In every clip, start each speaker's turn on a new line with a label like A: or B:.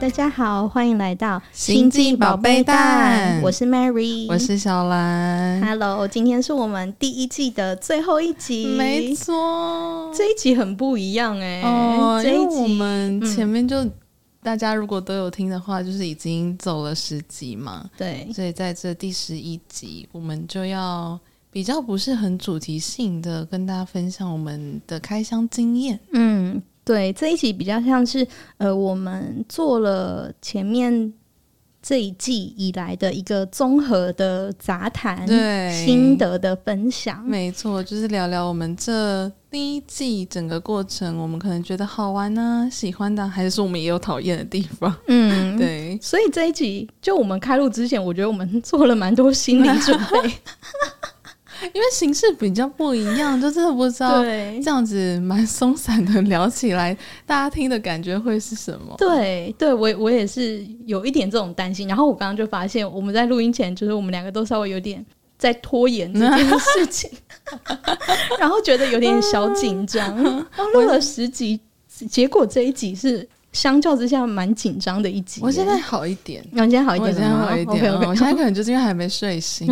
A: 大家好，欢迎来到
B: 星际宝贝蛋
A: 我是 Mary，
B: 我是小兰，
A: Hello，今天是我们第一季的最后一集，
B: 没错。
A: 这一集很不一样哎、
B: 哦，
A: 这
B: 因
A: 一
B: 为
A: 集嗯
B: 我们前面就、大家如果都有听的话，就是已经走了十集嘛，
A: 对
B: 所以在这第十一集，我们就要比较不是很主题性的跟大家分享我们的开箱经验。
A: 嗯，对，这一集比较像是呃，我们做了前面这一季以来的一个综合的杂谈，
B: 对
A: 心得的分享，
B: 没错，就是聊聊我们这第一季整个过程，我们可能觉得好玩呢、喜欢的，啊还是说我们也有讨厌的地方。
A: 嗯，。
B: 对，
A: 所以这一集就我们开录之前，我觉得我们做了蛮多心理准 备，
B: 因为形式比较不一样，就真的不知道
A: 对
B: 这样子蛮松散的聊起来，大家听的感觉会是什么？
A: 对对，我我也是有一点这种担心。然后我刚刚就发现，我们在录音前，就是我们两个都稍微有点在拖延这件事情， 然后觉得有点小紧张。然后录了十集，结果这一集是相较之下蛮紧张的一集耶。
B: 我现在好一点，
A: 那你现在好一
B: 我
A: 点
B: 现
A: 了
B: 在
A: 吗？
B: 好一点
A: OK
B: 了。我
A: OK，
B: 现在可能就是因为还没 睡醒，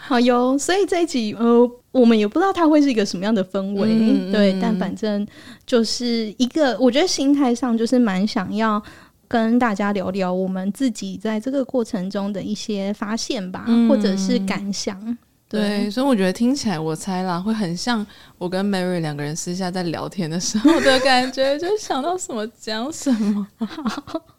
A: 好哟。所以这一集呃，我们也不知道它会是一个什么样的氛围，
B: 嗯嗯
A: 对
B: 嗯。
A: 但反正就是一个，我觉得心态上就是蛮想要。跟大家聊聊我们自己在这个过程中的一些发现吧，
B: 嗯
A: 或者是感想。
B: 对，所以我觉得听起来，我猜啦，会很像我跟 Mary 两个人私下在聊天的时候的感觉，就想到什么讲什么。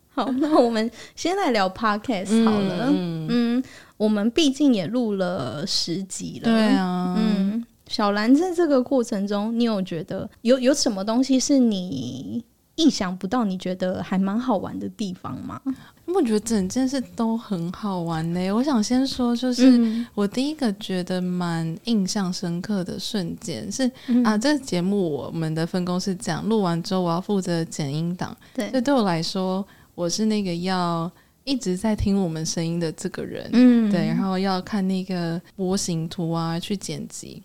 A: 好，那我们先来聊 podcast 好了。嗯
B: 嗯，
A: 我们毕竟也录了十集了，
B: 对啊，
A: 嗯，小兰在这个过程中，你有觉得有有什么东西是你意想不到，你觉得还蛮好玩的地方吗？
B: 因为我觉得整件事都很好玩呢、我想先说，就是、
A: 嗯
B: 我第一个觉得蛮印象深刻的瞬间是、啊，这个节目我们的分工是这样，录完之后我要负责剪音档，
A: 对
B: 所以对我来说，我是那个要一直在听我们声音的这个人，
A: 嗯
B: 对，然后要看那个波形图啊去剪辑。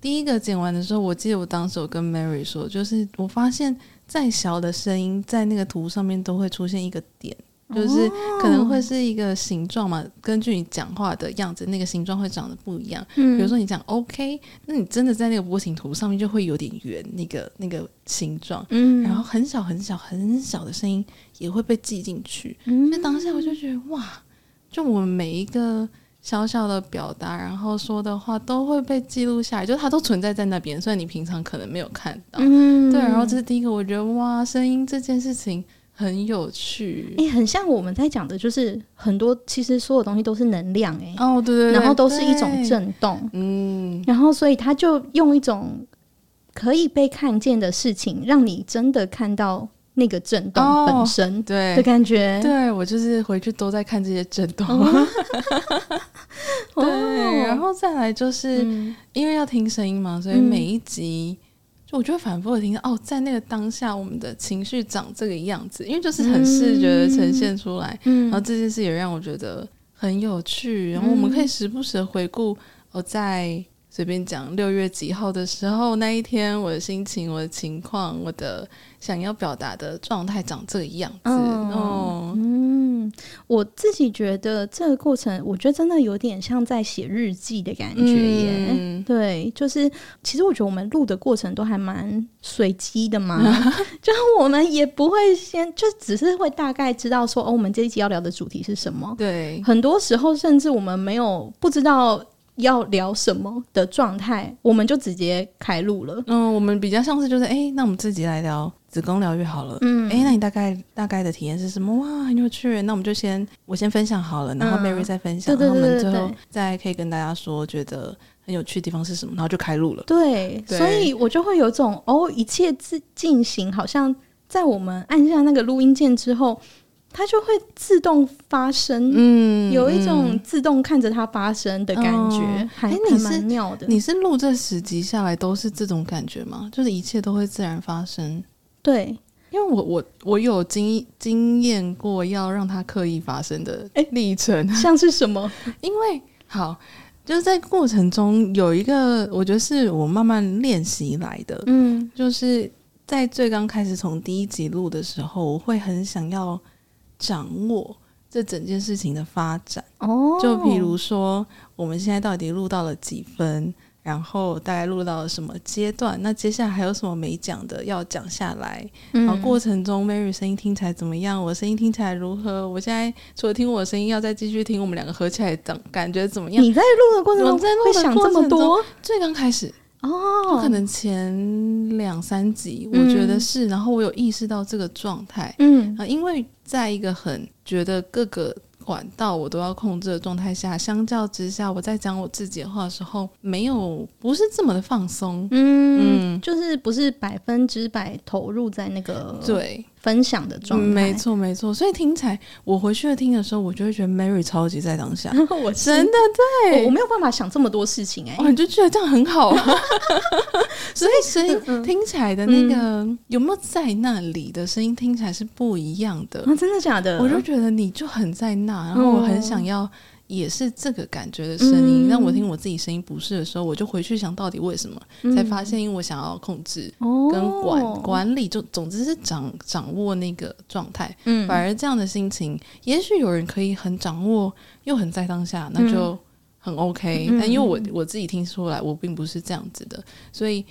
B: 第一个剪完的时候，我记得我当时有跟 Mary 说，就是我发现再小的声音在那个图上面都会出现一个点，就是
A: 哦
B: 可能会是一个形状嘛，根据你讲话的样子，那个形状会长得不一样。
A: 嗯
B: 比如说你讲 OK，那你真的在那个波形图上面就会有点圆，那个那个形状，
A: 嗯
B: 然后很小很小很小的声音也会被记进去。所以
A: 嗯
B: 当下我就觉得哇，就我们每一个小小的表达，然后说的话都会被记录下来，就它都存在在那边，虽然你平常可能没有看到。
A: 嗯
B: 对，然后这是第一个，我觉得哇，声音这件事情很有趣。
A: 哎、很像我们在讲的，就是很多其实所有东西都是能量哎、
B: 哦，对对对，
A: 然后都是一种
B: 对，
A: 震动，
B: 嗯，
A: 然后所以他就用一种可以被看见的事情，让你真的看到那个震动
B: 哦
A: 本身的
B: 对，
A: 感觉。
B: 对我就是回去都在看这些震动，
A: 哦
B: 对，然后再来就是、
A: 嗯
B: 因为要听声音嘛，所以
A: 嗯
B: 每一集。就我就会反复的听到哦，在那个当下，我们的情绪长这个样子，因为就是很视觉的呈现出来。
A: 嗯
B: 然后这件事也让我觉得很有趣。然后我们
A: 嗯
B: 可以时不时的回顾，我、在随便讲六月几号的时候，那一天我的心情、我的情况、我的想要表达的状态长这个样子。
A: 嗯
B: 哦，
A: 嗯，我自己觉得这个过程，我觉得真的有点像在写日记的感觉耶。
B: 嗯
A: 对，就是其实我觉得我们录的过程都还蛮随机的 嘛，就是我们也不会先，就只是会大概知道说哦，我们这一集要聊的主题是什么。
B: 对，
A: 很多时候，甚至我们没有不知道要聊什么的状态，我们就直接开录了。
B: 嗯，我们比较像是就是，哎、那我们自己来聊子宫疗愈好了。
A: 嗯，
B: 哎、那你大概大概的体验是什么？哇，很有趣耶。那我们就先我先分享好了，然后
A: 嗯
B: Mary 再分享，
A: 对对对
B: 然后我们最
A: 对
B: 后
A: 对
B: 再可以跟大家说觉得很有趣的地方是什么，然后就开录
A: 嗯
B: 了。
A: 对，
B: 对
A: 所以我就会有种哦，一切自进行好像在我们按下那个录音键之后，它就会自动发生，
B: 嗯
A: 有一种
B: 嗯
A: 自动看着它发生的感觉，
B: 哦
A: 还
B: 诶你
A: 还
B: 是
A: 蛮妙的。
B: 你是录这十集下来都是这种感觉吗？就是一切都会自然发生？
A: 对，
B: 因为我我我有经经验过要让它刻意发生的
A: 诶
B: 历程，
A: 像是什么？
B: 因为好，就是在过程中有一个，我觉得是我慢慢练习来的，
A: 嗯
B: 就是在最刚开始从第一集录的时候，我会很想要掌握这整件事情的发展。
A: 哦
B: 就比如说，我们现在到底录到了几分，然后大概录到了什么阶段？那接下来还有什么没讲的要讲下来？然
A: 嗯
B: 后过程中，Mary 声音听起来怎么样？我声音听起来如何？我现在除了听我的声音，要再继续听我们两个合起来怎感觉怎么样？
A: 你在录的过程
B: 我
A: 中
B: 在录的
A: 会想这
B: 过
A: 么
B: 程中
A: 多
B: 最刚开始，就
A: 哦，
B: 可能前两三集，我
A: 嗯
B: 觉得是，然后我有意识到这个状态。
A: 嗯
B: 啊，因为在一个很觉得各个管道我都要控制的状态下，相较之下，我在讲我自己的话的时候，没有不是这么的放松。
A: 嗯，
B: 嗯，
A: 就是不是百分之百投入在那个
B: 对，
A: 分享的状态，
B: 嗯没。错没错。所以听起来，我回去听的时候，我就会觉得 Mary 超级在当下，
A: 我是
B: 真的对，
A: 我我没有办法想这么多事情哎、
B: 哦，你就觉得这样很好 啊。所以声音听起来的那个、有没有在那里的声音听起来是不一样的。
A: 啊，真的假的？
B: 我就觉得你就很在那，然后我很想要也是这个感觉的声音。
A: 嗯
B: 那、我听我自己声音不是的时候，我就回去想到底为什么，才发现因为我想要控制
A: 嗯哦，
B: 跟管、管理，就总之是掌掌握那个状态。
A: 嗯
B: 反而这样的心情，也许有人可以很掌握，又很在当下，那就很 OK、
A: 嗯
B: 但因为我我自己听出来，我并不是这样子的，所以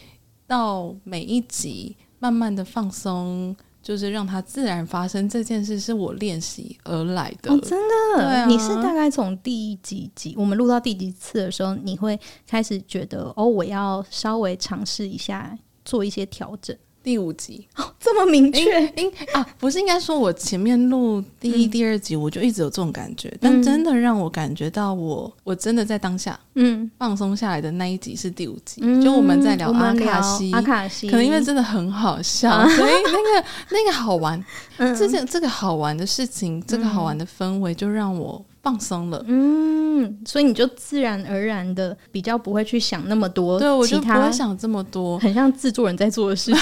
B: 到每一集慢慢的放松，就是让它自然发生这件事，是我练习而来的。
A: 哦，真的，
B: 对啊
A: 你是大概从第几集，我们录到第几次的时候，你会开始觉得哦，我要稍微尝试一下做一些调 整，
B: 第五集，
A: 这么明确，
B: 应啊，不是应该说，我前面录第一、
A: 嗯
B: 第二集，我就一直有这种感觉，但真的让我感觉到我，我真的在当下
A: 嗯，
B: 放松下来的那一集是第五集，
A: 嗯
B: 就我们在聊
A: 我们
B: 卡
A: 聊
B: 西，
A: 阿卡西，
B: 可能因为真的很好笑，所以那个那个好玩，
A: 啊 嗯
B: 这件这个好玩的事情，这个好玩的氛围就让我放松了。
A: 嗯，所以你就自然而然的比较不会去想那么多，
B: 对，我就
A: 其
B: 不
A: 他
B: 会想这么多，
A: 很像制作人在做的事 情，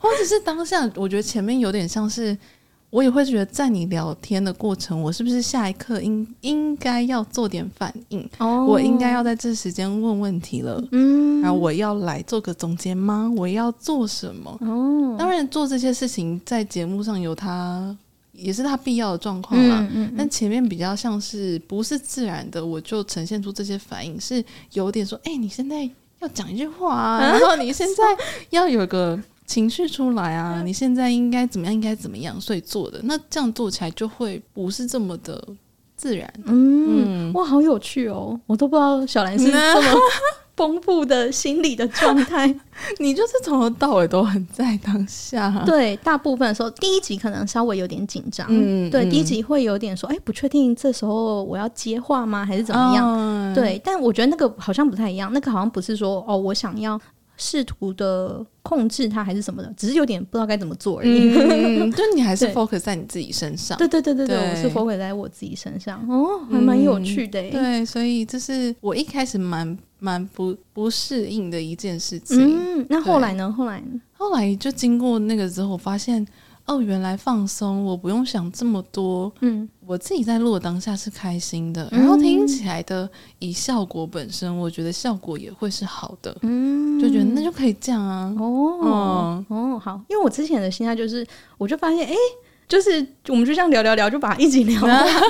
B: 或者是当下，我觉得前面有点像是，我也会觉得在你聊天的过程，我是不是下一刻应应该要做点反应？
A: 哦
B: 我应该要在这时间问问题了，
A: 嗯，
B: 然后我要来做个总结吗？我要做什么？
A: 哦，
B: 当然，做这些事情在节目上有它也是它必要的状况啦。
A: 嗯嗯嗯，
B: 但前面比较像是不是自然的，我就呈现出这些反应，是有点说，哎、你现在要讲一句 话啊，然后你现在要有个情绪出来 啊，你现在应该怎么样，应该怎么样，所以做的那这样做起来就会不是这么的 自然。
A: 嗯，哇，好有趣哦，我都不知道小兰是
B: 嗯
A: 这么丰富的心理的状态。
B: 你就是从头到尾都很在当下，
A: 对，大部分的时候，第一集可能稍微有点紧张，
B: 嗯
A: 对，
B: 嗯
A: 第一集会有点说，哎、不确定这时候我要接话吗，还是怎么样？
B: 样
A: 对，但我觉得那个好像不太一样，那个好像不是说哦，我想要试图的控制它还是什么的，只是有点不知道该怎么做而已。
B: 嗯，就你还 是
A: 对
B: focus 在你自己身上。
A: 对对对对对，
B: 对嗯
A: 我是 focus 在我自己身上，哦，还蛮有趣的耶、欸
B: 对，所以这是我一开始蛮蛮不不适应的一件事情。
A: 嗯，那后来呢？后来
B: 后来就经过那个之后，我发现哦，原来放松，我不用想这么多。
A: 嗯
B: 我自己在录的当下是开心的，
A: 嗯
B: 然后听起来的以效果本身，我觉得效果也会是好的，
A: 嗯，
B: 就觉得那就可以这样啊。 嗯
A: 哦、哦，好，因为我之前的心态就是，我就发现，哎、就是我们就这样聊聊聊，就把一集聊
B: 啊
A: 完。我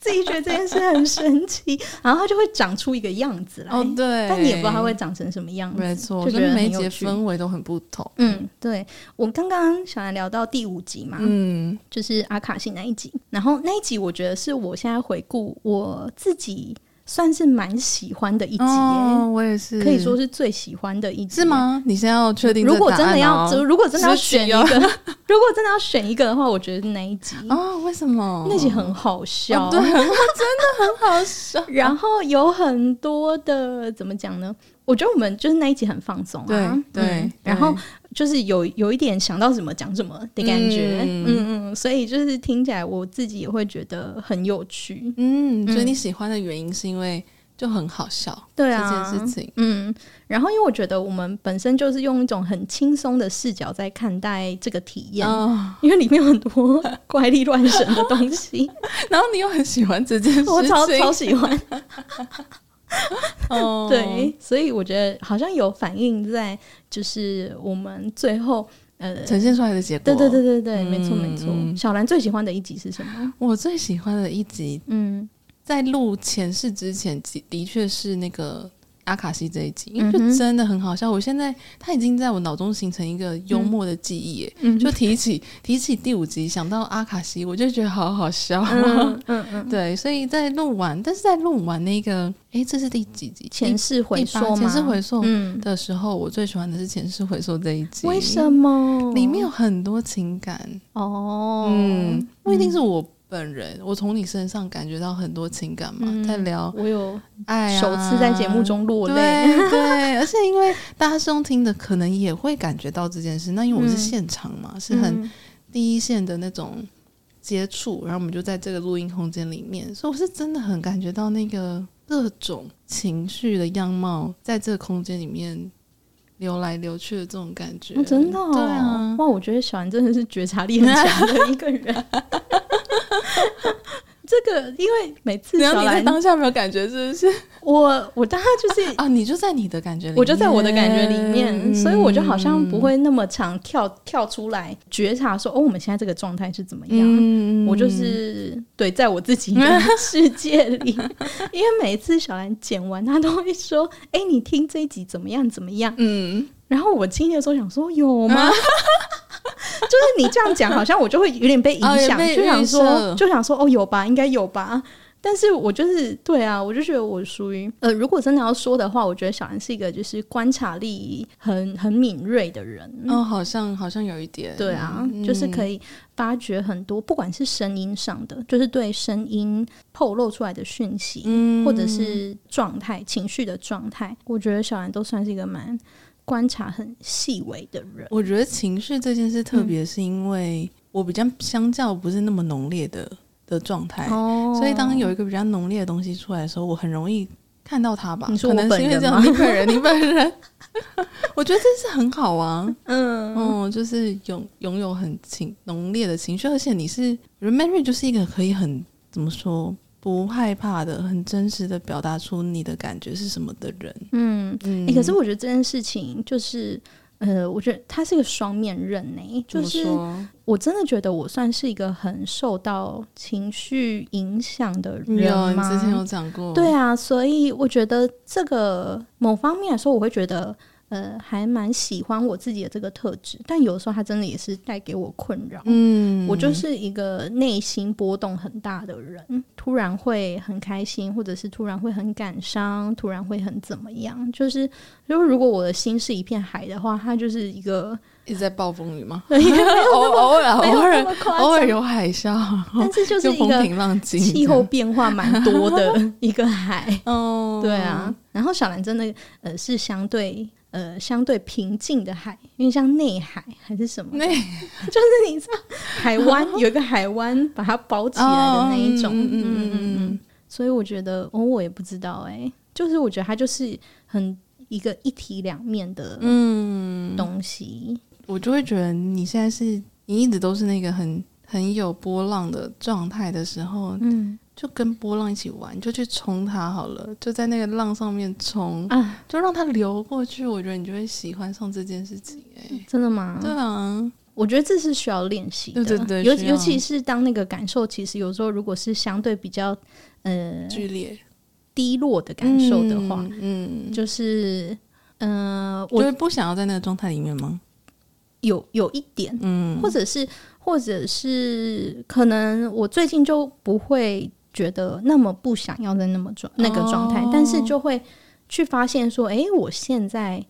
A: 自己觉得这件事很神奇，然后它就会长出一个样子来。
B: 哦，对，
A: 但你也不知道它会长成什么样子。
B: 没错，
A: 就
B: 就
A: 觉得很
B: 是每一
A: 有
B: 节
A: 趣
B: 氛围都很不同。
A: 嗯，对我刚刚想来聊到第五集嘛，
B: 嗯，
A: 就是阿卡西那一集，然后那一集我觉得是我现在回顾我自己算是蛮喜欢的一集耶，
B: 哦，我也是，
A: 可以说是最喜欢的一集，
B: 是？吗？你现在要确定这
A: 如
B: 个答
A: 果
B: 案哦、
A: 真的要，如果真的要选一
B: 只
A: 个， 如果真的要选一个的话，我觉得是那一集，
B: 哦，为什么？
A: 那集很好笑，
B: 哦对， 很好真的很好笑。
A: 然后有很多的怎么讲呢？我觉得我们就是那一集很放松啊，
B: 对对
A: 嗯
B: 对
A: 然后就是有有一点想到什么讲什么的感觉，
B: 嗯
A: 嗯嗯所以就是听起来我自己也会觉得很有趣，
B: 嗯，所以你喜欢的原因是因为就很好笑
A: 对
B: 这
A: 啊，
B: 件事情。
A: 嗯，然后因为我觉得我们本身就是用一种很轻松的视角在看待这个体验，
B: 哦，
A: 因为里面有很多 怪力乱神的东西，
B: 然后你又很喜欢这件事情，
A: 我超超喜欢。
B: 哦，
A: 对，所以我觉得好像有反映在就是我们最后呃，
B: 呈现出来的结果。
A: 对对对，对对，没错
B: 嗯
A: 没错。
B: 嗯
A: 小兰最喜欢的一集是什么？
B: 我最喜欢的一集
A: 嗯
B: 在录前世之前，的的确是那个阿卡西这一集，因为
A: 嗯
B: 就
A: 哼
B: 真的很好笑。我现在它已经在我脑中形成一个幽默的记忆耶。
A: 嗯，
B: 就提起 提起第五集，想到阿卡西，我就觉得好好 笑。
A: 嗯 嗯嗯，
B: 对，所以在录完，但是在录完那个，诶，这是第几集？
A: 前世回
B: 第八
A: 溯吗？
B: 前世回溯
A: 嗯，
B: 的时候，我最喜欢的是前世回溯这一集。
A: 为什？么？
B: 里面有很多情感，
A: 哦，
B: 嗯，不一定是我本人，我从你身上感觉到很多情感嘛，
A: 嗯
B: 在聊
A: 我有
B: 爱、啊，
A: 首次在节目。中落
B: 对
A: 泪。
B: 对，而且因为大家是用听的，可能也会感觉到这件事。那因为我是
A: 嗯
B: 现场嘛，是很
A: 嗯
B: 第一线的那种接触，然后我们就在这个录音空间里面，所以我是真的很感觉到那个各种情绪的样貌在这个空间里面流来流去的这种感觉，
A: 哦真的、哦，
B: 对啊。
A: 哇，我觉得小兰真的是觉察力很强的一个人。 这个，因为每次
B: 然后
A: 小
B: 你在
A: 兰，
B: 当下没有感觉，是不 是？
A: 我我当他 就是
B: 啊，你就在你的感觉里面，
A: 我就在我的感觉里面，
B: 嗯
A: 所以我就好像不会那么常跳跳出来觉察说，哦，我们现在这个状态是怎么样。
B: 嗯
A: 我就是对，在我自己的世界 里，因为每次小兰剪完，她都会说：“哎、你听这一集怎么样？怎么样
B: 嗯，？”
A: 然后我听的时候想说：“有吗？” 就是你这样讲，好像我就会有点被影
B: 哦也
A: 响，
B: 被
A: 就想
B: 预
A: 说，
B: 设
A: 就想说，哦，有吧，应该有吧。但是我就是对啊，我就觉得我属于呃，如果真的要说的话，我觉得小兰是一个就是观察力很很敏锐的人。
B: 哦，好像好像有一
A: 嗯
B: 点，嗯
A: 对啊，就是可
B: 以，
A: 以发掘很多，不管是声音上的，就是对声音透露出来的讯息，
B: 嗯
A: 或者是状态、情绪的状态，我觉得小兰都算是一个蛮观察很细微的人。
B: 我觉得情绪这件事，特
A: 嗯
B: 别是因为我比较相较不是那么浓烈的的状态，
A: 哦
B: 所以当有一个比较浓烈的东西出来的时候，我很容易看到它吧。
A: 你说
B: 可
A: 我
B: 能是因为
A: 本人
B: 这样，
A: 吗
B: 你本人，你 本人，我觉得这是很好啊。
A: 嗯
B: 嗯，就是拥拥有很情浓烈的情绪，而且你是，我觉得 Mary 就是一个可以很怎么说不害怕的、很真实的表达出你的感觉是什么的人。
A: 嗯、
B: 嗯，
A: 欸可是我觉得这件事情就是。呃，我觉得他是个双面刃呢、就
B: 怎么
A: 是
B: 说
A: 我真的觉得我算是一个很受到情绪影响的人
B: 有你
A: 吗
B: 之前有讲过，
A: 对啊，所以我觉得这个某方面来说，我会觉得呃，还蛮喜欢我自己的这个特质，但有的时候它真的也是带给我困扰。
B: 嗯，
A: 我就是一个内心波动很大的人，突然会很开心，或者是突然会很感伤，突然会很怎么样。就是，就是如果我的心是一片海的话，它就是一个
B: 一直在暴风 雨吗？
A: 没有那
B: 偶偶尔
A: 没有
B: 哦偶
A: 那
B: 尔
A: 么夸
B: 偶尔
A: 张，
B: 有海啸，
A: 但是就是
B: 又
A: 一
B: 风
A: 个
B: 平浪静，
A: 气候变化蛮多的 一个海。
B: 哦，
A: 对啊，，然后小兰真的呃是相对呃相对平静的海，因为像内海还是什么，
B: 那
A: 就是你知道海湾有一个海湾把它包起来的那一种，
B: 哦
A: 嗯
B: 嗯嗯嗯
A: 嗯嗯
B: 嗯
A: 嗯
B: 嗯。
A: 所以我觉得哦，我也不知道哎、就是我觉得它就是很一个一体两面的
B: 嗯，
A: 东西，
B: 我就会觉得你现在是你一直都是那个很很有波浪的状态的时候，
A: 嗯
B: 就跟波浪一起玩，你就去冲它好了，就在那个浪上面冲，
A: 啊，
B: 就让它流过去。我觉得你就会喜欢上这件事情、哎，
A: 真的吗？
B: 对啊，
A: 我觉得这是需要练习的，
B: 对对对
A: 尤
B: 需要
A: 尤其是当那个感受，其实有时候如果是相对比较呃
B: 剧烈
A: 低落的感受的话，，
B: 嗯，嗯
A: 就是，嗯、
B: 就
A: 我
B: 会不想要在那个状态里面吗？
A: 有有一点，
B: 嗯，
A: 或者是，或者是，可能我最近就不会觉得那么不想要在那么状那个状态，
B: 哦
A: 但是就会去发现说，诶，我现在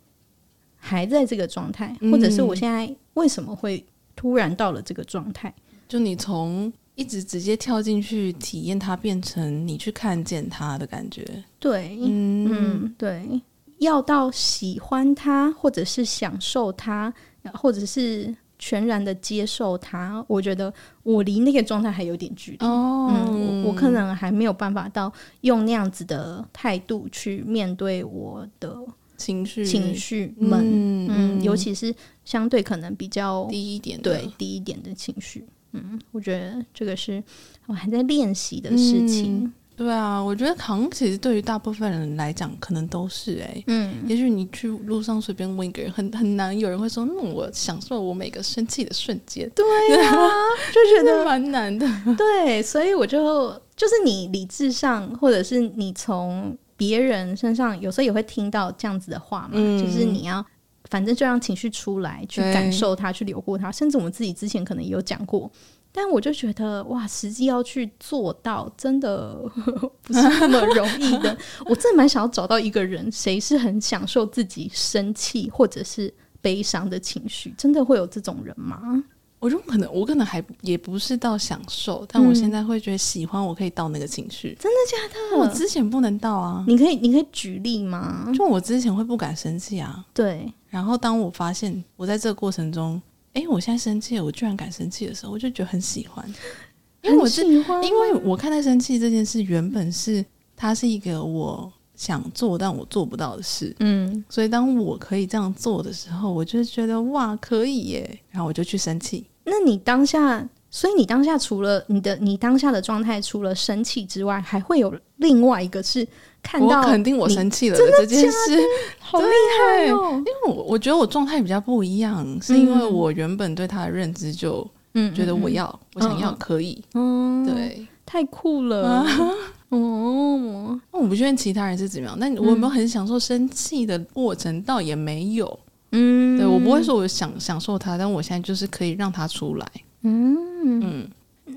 A: 还在这个状态，
B: 嗯
A: 或者是我现在为什么会突然到了这个状态？
B: 就你从一直直接跳进去体验它，变成你去看见它的感觉。
A: 对，
B: 嗯
A: 嗯，对，要到喜欢它，或者是享受它，或者是全然的接受它，我觉得我离那个状态还有点距离。
B: 哦
A: 嗯，我我可能还没有办法到用那样子的态度去面对我的
B: 情绪
A: 情绪们，嗯，尤
B: 其
A: 其是相对可能比较
B: 低一点的
A: 对低一点的情绪，嗯，我觉得这个是我还在练习的事情，
B: 对啊，我觉得好像其实对于大部分人来讲，可能都是哎、
A: 嗯，
B: 也许你去路上随便问一个人，很很难有人会说，嗯，我享受我每个生气的瞬间，
A: 对呀、就觉
B: 真的
A: 得
B: 蛮难的。
A: 对，所以我就就是你理智上，或者是你从别人身上，有时候也会听到这样子的话嘛，
B: 嗯
A: 就是你要。反正就让情绪出来，去
B: 对
A: 感受它，去流过它。甚至我们自己之前可能也有讲过，但我就觉得哇，实际要去做到，真的 不是那么容易 的。我真的蛮想要找到一个人，谁是很享受自己生气或者是悲伤的情绪，真的会有这种人吗？
B: 我就可能我可能还也不是到享受，但我
A: 嗯
B: 现在会觉得喜欢，我可以到那个情绪。
A: 真的假的？
B: 我之前不能到啊，
A: 你可以，你可以举例吗？
B: 就我之前会不敢生气啊。
A: 对，
B: 然后当我发现我在这个过程中，诶，我现在生气了，我居然敢生气的时候，我就觉得很喜欢，因为我是
A: 喜欢
B: 因为我看待生气这件事原本是它是一个我想做但我做不到的事，
A: 嗯，
B: 所以当我可以这样做的时候，我就觉得哇可以耶，然后我就去生气。
A: 那你当下，所以你当下除了你的你当下的状态，除了生气之外，还会有另外一个是看
B: 我
A: 到
B: 肯定我
A: 你
B: 生气了的这件事，
A: 好厉害哦，
B: 因为我我觉得我状态比较不一样，是因为我原本对他的认知就
A: 嗯
B: 觉得我，要，我想要
A: 嗯嗯
B: 可以，
A: 嗯，嗯，
B: 对。
A: 太酷了，哦，
B: 那我不确定其他人是怎么样，但我有没有很享受生气的过程？倒也没有。
A: 嗯，
B: 对我不会说我享享受它，但我现在就是可以让它出来。
A: 嗯，
B: 嗯，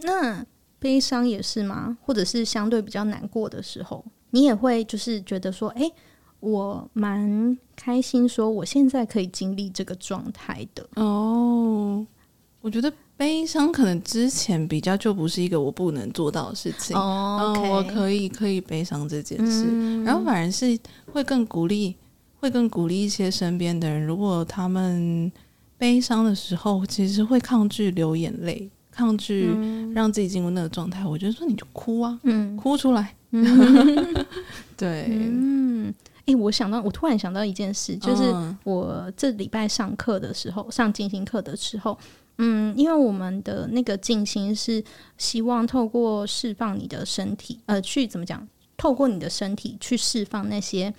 A: 那悲伤也是吗？或者是相对比较难过的时候，你也会就是觉得说，哎、我蛮开心，说我现在可以经历这个状态的，
B: 哦，我觉得悲伤可能之前比较就不是一个我不能做到的事情。
A: 哦
B: 嗯
A: OK 嗯
B: 我可以可以悲伤这件事，然后反而是会更鼓励，会更鼓励一些身边的人，如果他们悲伤的时候，其实会抗拒流眼泪，抗拒让自己进入那个状态。我觉得说你就哭啊，
A: 嗯
B: 哭出来。 对，
A: 嗯，哎、我想到，我突然想到一件事，就是
B: 嗯
A: 我这礼拜上课的时候，上静心课的时候，嗯，因为我们的那个静心是希望透过释放你的身体，呃，去怎么讲，透过你的身体去释放那些。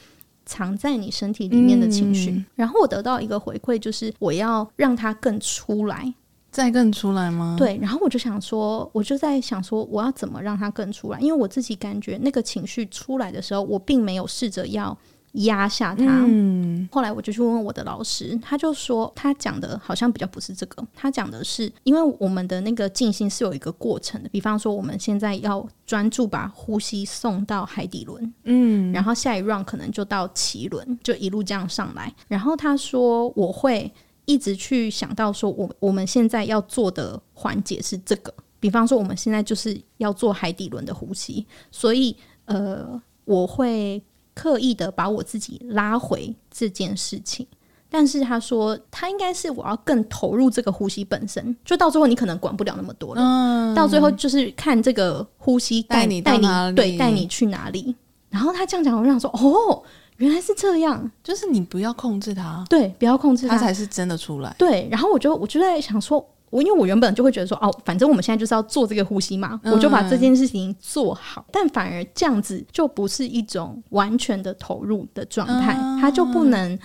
A: 藏在你身体里面的情绪，
B: 嗯
A: 然后我得到一个回馈，就是我要让它更出来，
B: 再更出来吗？，
A: 对，啊然后我就想说，我就在想说，我要怎么让它更出来？因为我自己感觉那个情绪出来的时候，我并没有试着要压下它。
B: 嗯
A: 后来我就去问我的老师，他就说他讲的好像比较不是这个，他讲的是因为我们的那个静心是有一个过程的，比方说我们现在要专注把呼吸送到海底轮，
B: 嗯，
A: 然后下一 round 可能就到奇轮，就一路这样上来。然后他说我会一直去想到说我我们现在要做的环节是这个，比方说我们现在就是要做海底轮的呼吸，所以呃我会刻意的把我自己拉回这件事情。但是他说，他应该是我要更投入这个呼吸本身，就到最后你可能管不了那么多了。
B: 嗯
A: 到最后就是看这个呼吸
B: 带
A: 带
B: 你
A: 带
B: 到
A: 你
B: 哪里
A: 对带你去哪里。然后他这样讲，我就想说哦，原来是这样，
B: 就是你不要控制它，
A: 对，不要控制
B: 它
A: 它。
B: 才是真的出来。
A: 对，然后我就我就在想说，我因为我原本就会觉得说哦，反正我们现在就是要做这个呼吸嘛，
B: 嗯
A: 我就把这件事情做好。但反而这样子就不是一种完全的投入的状态，
B: 嗯
A: 他就不能。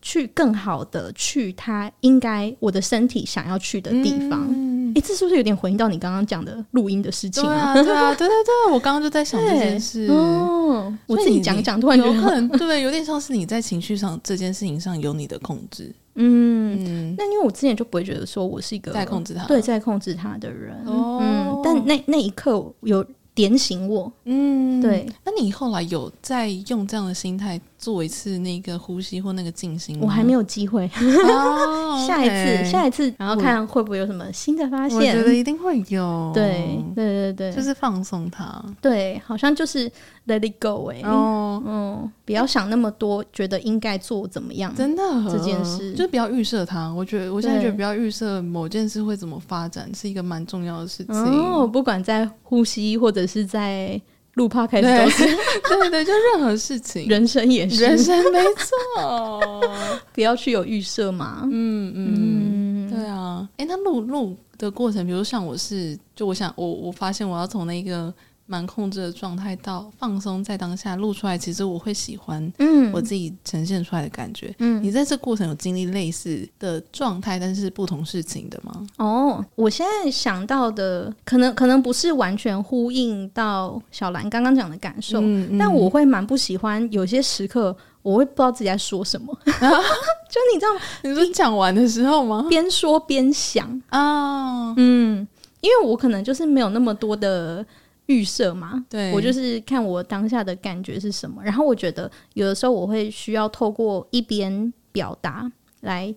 A: 去更好的去他应该我的身体想要去的地方，诶，
B: 嗯
A: 这是不是有点回应到你刚刚讲的录音的事情
B: 对啊，对啊，对对对，我刚刚就在想这件事，
A: 哦，我
B: 所以
A: 自己
B: 你
A: 讲讲，突然觉
B: 有可
A: 得，
B: 能对，有点像是你在情绪上这件事情上有你的控制，
A: 嗯，
B: 嗯，
A: 那因为我之前就不会觉得说我是一个
B: 在控制它，
A: 对，在控制他的人，
B: 哦
A: 嗯，但那那一刻有点醒我，
B: 嗯，
A: 对。
B: 那你后来有再用这样的心态做一次那个呼吸或那个静心吗？
A: 我还没有机会，
B: 哦
A: 下一次，
B: OK
A: 下一次，然后看会不会有什么新的发
B: 我觉得
A: 现。
B: 一定会有，
A: 对，对对对，
B: 就是放松它。
A: 对，好像就是 let it go 哎、
B: 哦，
A: 嗯，不要想那么多，觉得应该做怎么样，
B: 真的
A: 这件事
B: 就不要预设它。我觉得我现在
A: 对
B: 觉得不要预设某件事会怎么发展，是一个蛮重要的事情。
A: 哦，不管在呼吸或者是在录 p 开始
B: 对
A: 都是，
B: 对 对，就任何事情，
A: 人生也是，
B: 人生没错。
A: 不要去有预设嘛。
B: 嗯嗯，
A: 嗯，
B: 对啊。哎，那录录的过程，比如像我是，就我想我我发现我要从那个蛮控制的状态到放松在当下录出来，其实我会喜欢
A: 嗯
B: 我自己呈现出来的感觉。
A: 嗯
B: 你在这过程有经历类似的状态，但是不同事情的吗？
A: 哦，我现在想到的可能可能不是完全呼应到小兰刚刚讲的感受，
B: 嗯嗯
A: 但哦我会蛮不喜欢有些时刻，我会不知道自己在说什 么，就你知道吗
B: 你说讲完的时候吗？
A: 边说边想，
B: 啊、
A: 嗯，因为我可能就是没有那么多的预设嘛，
B: 对
A: 我就是看我当下的感觉是什么，然后我觉得有的时候我会需要透过一边表达来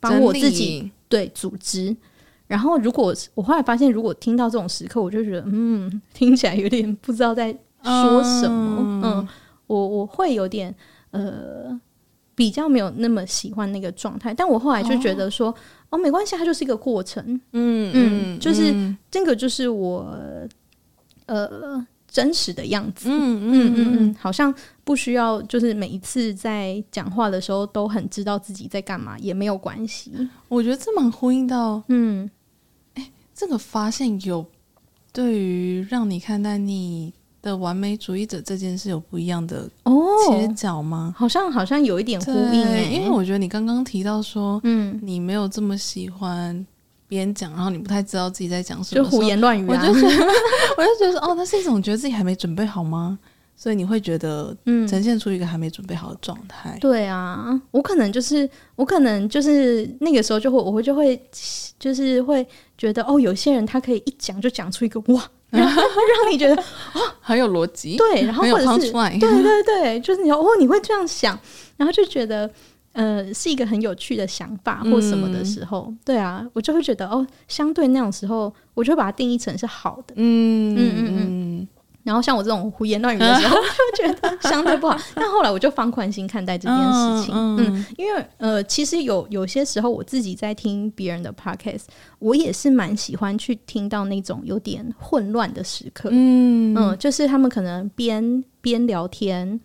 A: 帮我自己对组织。然后，如果我后来发现，如果听到这种时刻，我就觉得，嗯，听起来有点不知道在说什么。嗯，我我会有点呃，比较没有那么喜欢那个状态。但我后来就觉得说，哦没关系，它就是一个过程。
B: 嗯
A: 嗯就是
B: 嗯
A: 这个就是我呃真实的样子。
B: 嗯
A: 嗯嗯嗯，好像不需要，就是每一次在讲话的时候都很知道自己在干嘛，也没有关系。
B: 我觉得这蛮呼应到
A: 嗯，
B: 这个发现有对于让你看待你的完美主义者这件事有不一样的
A: 哦，
B: 切角吗？
A: 好像好像有一点呼
B: 对
A: 应哎、
B: 因为我觉得你刚刚提到说
A: 嗯，
B: 你没有这么喜欢别人讲，然后你不太知道自己在讲什
A: 就
B: 么时候，
A: 胡言乱语
B: 我
A: 啊，
B: 就觉得 我就觉得说哦，那是一种觉得自己还没准备好吗？所以你会觉得
A: 嗯，
B: 呈现出一个还没准备好的状态。
A: 对啊，我可能就是我可能就是那个时候就会我会就会就是会觉得哦，有些人他可以一讲就讲出一个 哇，然后让你觉得
B: 很有逻辑，
A: 对，然后
B: 很有
A: 或者是
B: punchline，
A: 对对对，就是你哦，你会这样想，然后就觉得呃是一个很有趣的想法或什么的
B: 嗯
A: 时候，对啊，我就会觉得哦，相对那种时候，我就会把它定义成是好的。
B: 嗯
A: 嗯
B: 嗯
A: 然后像我这种胡言乱语的时候，就觉得相对 不好。但后来我就放宽心看待这件事情，
B: 嗯
A: 嗯
B: 嗯
A: 因为呃，其实有有些时候我自己在听别人的 podcast，我也是蛮喜欢去听到那种有点混乱的时刻，嗯
B: 嗯
A: 就是他们可能边边聊天，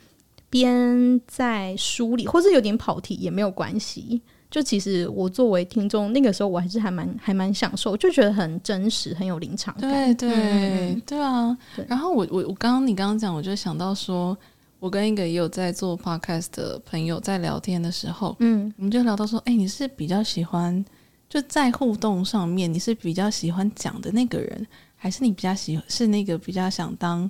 A: 边在梳理，或是有点跑题也没有关系。就其实我作为听众，那个时候我还是还蛮还蛮享受，就觉得很真实，很有临场感。
B: 对对、
A: 嗯嗯
B: 对啊
A: 对！
B: 然后我我我刚刚你刚刚讲，我就想到说，我跟一个也有在做 podcast 的朋友在聊天的时候，
A: 嗯
B: 我们就聊到说，哎、你是比较喜欢就在互动上面，你是比较喜欢讲的那个人，还是你比较喜是那个比较想当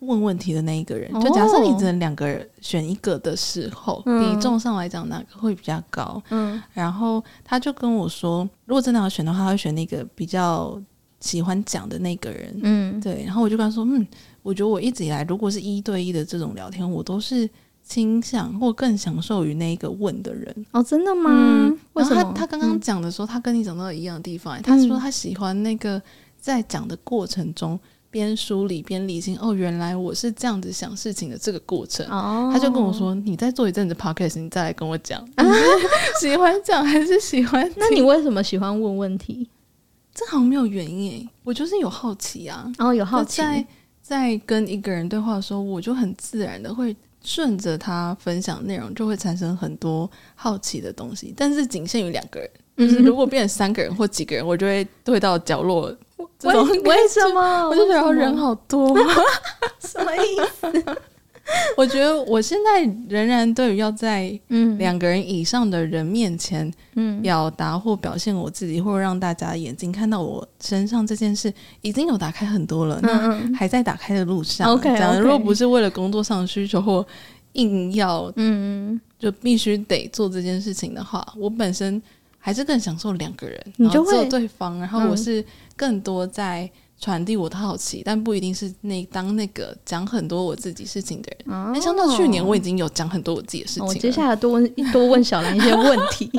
B: 问问题的那一个人？
A: 哦
B: 就假设你只能两个人选一个的时候，
A: 嗯
B: 比重上来讲，哪个会比较高？
A: 嗯
B: 然后他就跟我说，如果真的要选的话，他会选那个比较喜欢讲的那个人。
A: 嗯，
B: 对，然后我就跟他说，嗯，我觉得我一直以来，如果是一对一的这种聊天，我都是倾向或更享受于那一个问的人。
A: 哦，真的吗？为
B: 嗯然
A: 什
B: 后
A: 么
B: 他？他刚刚讲的时候，他跟你讲到一样的地方、欸他说他喜欢那个在讲的过程中边梳理边理清，哦，原来我是这样子想事情的这个过程。
A: 哦，
B: 他就跟我说：“你再做一阵子 podcast，你再来跟我 讲，你是喜欢讲还是喜欢听？
A: 那你为什么喜欢问问题？
B: 这好像没有原因欸诶，我就是有好奇啊，
A: 然后有好
B: 就
A: 奇，
B: 在在跟一个人对话的时候，我就很自然的会顺着他分享内容，就会产生很多好奇的东西，但是仅限于两个人。”就是如果变成三个人或几个人，我就会退到角落，这
A: 为
B: 种
A: 为
B: 感觉
A: 什么？
B: 我就觉
A: 为什
B: 得
A: 么
B: 人好多。
A: 什么意思？
B: 我觉得我现在仍然对于要在
A: 嗯
B: 两个人以上的人面前
A: 嗯
B: 表达或表现我自己，或让大家眼睛看到我身上这件事，已经有打开很多了，那
A: 嗯
B: 还在打开的路上。
A: OK，OK
B: 讲如果不是为了工作上的需求或硬要
A: 嗯，
B: 就必须得做这件事情的话，我本身还是更享受两个人，
A: 你就会
B: 然后做对方，然后
A: 嗯
B: 我是更多在传递我的好奇，但不一定是那当那个讲很多我自己事情的人。
A: 那
B: 那相较哎去年，我已经有讲很多我自己的事情了。
A: 嗯哦我哦接下来多问 多问小兰一些问题。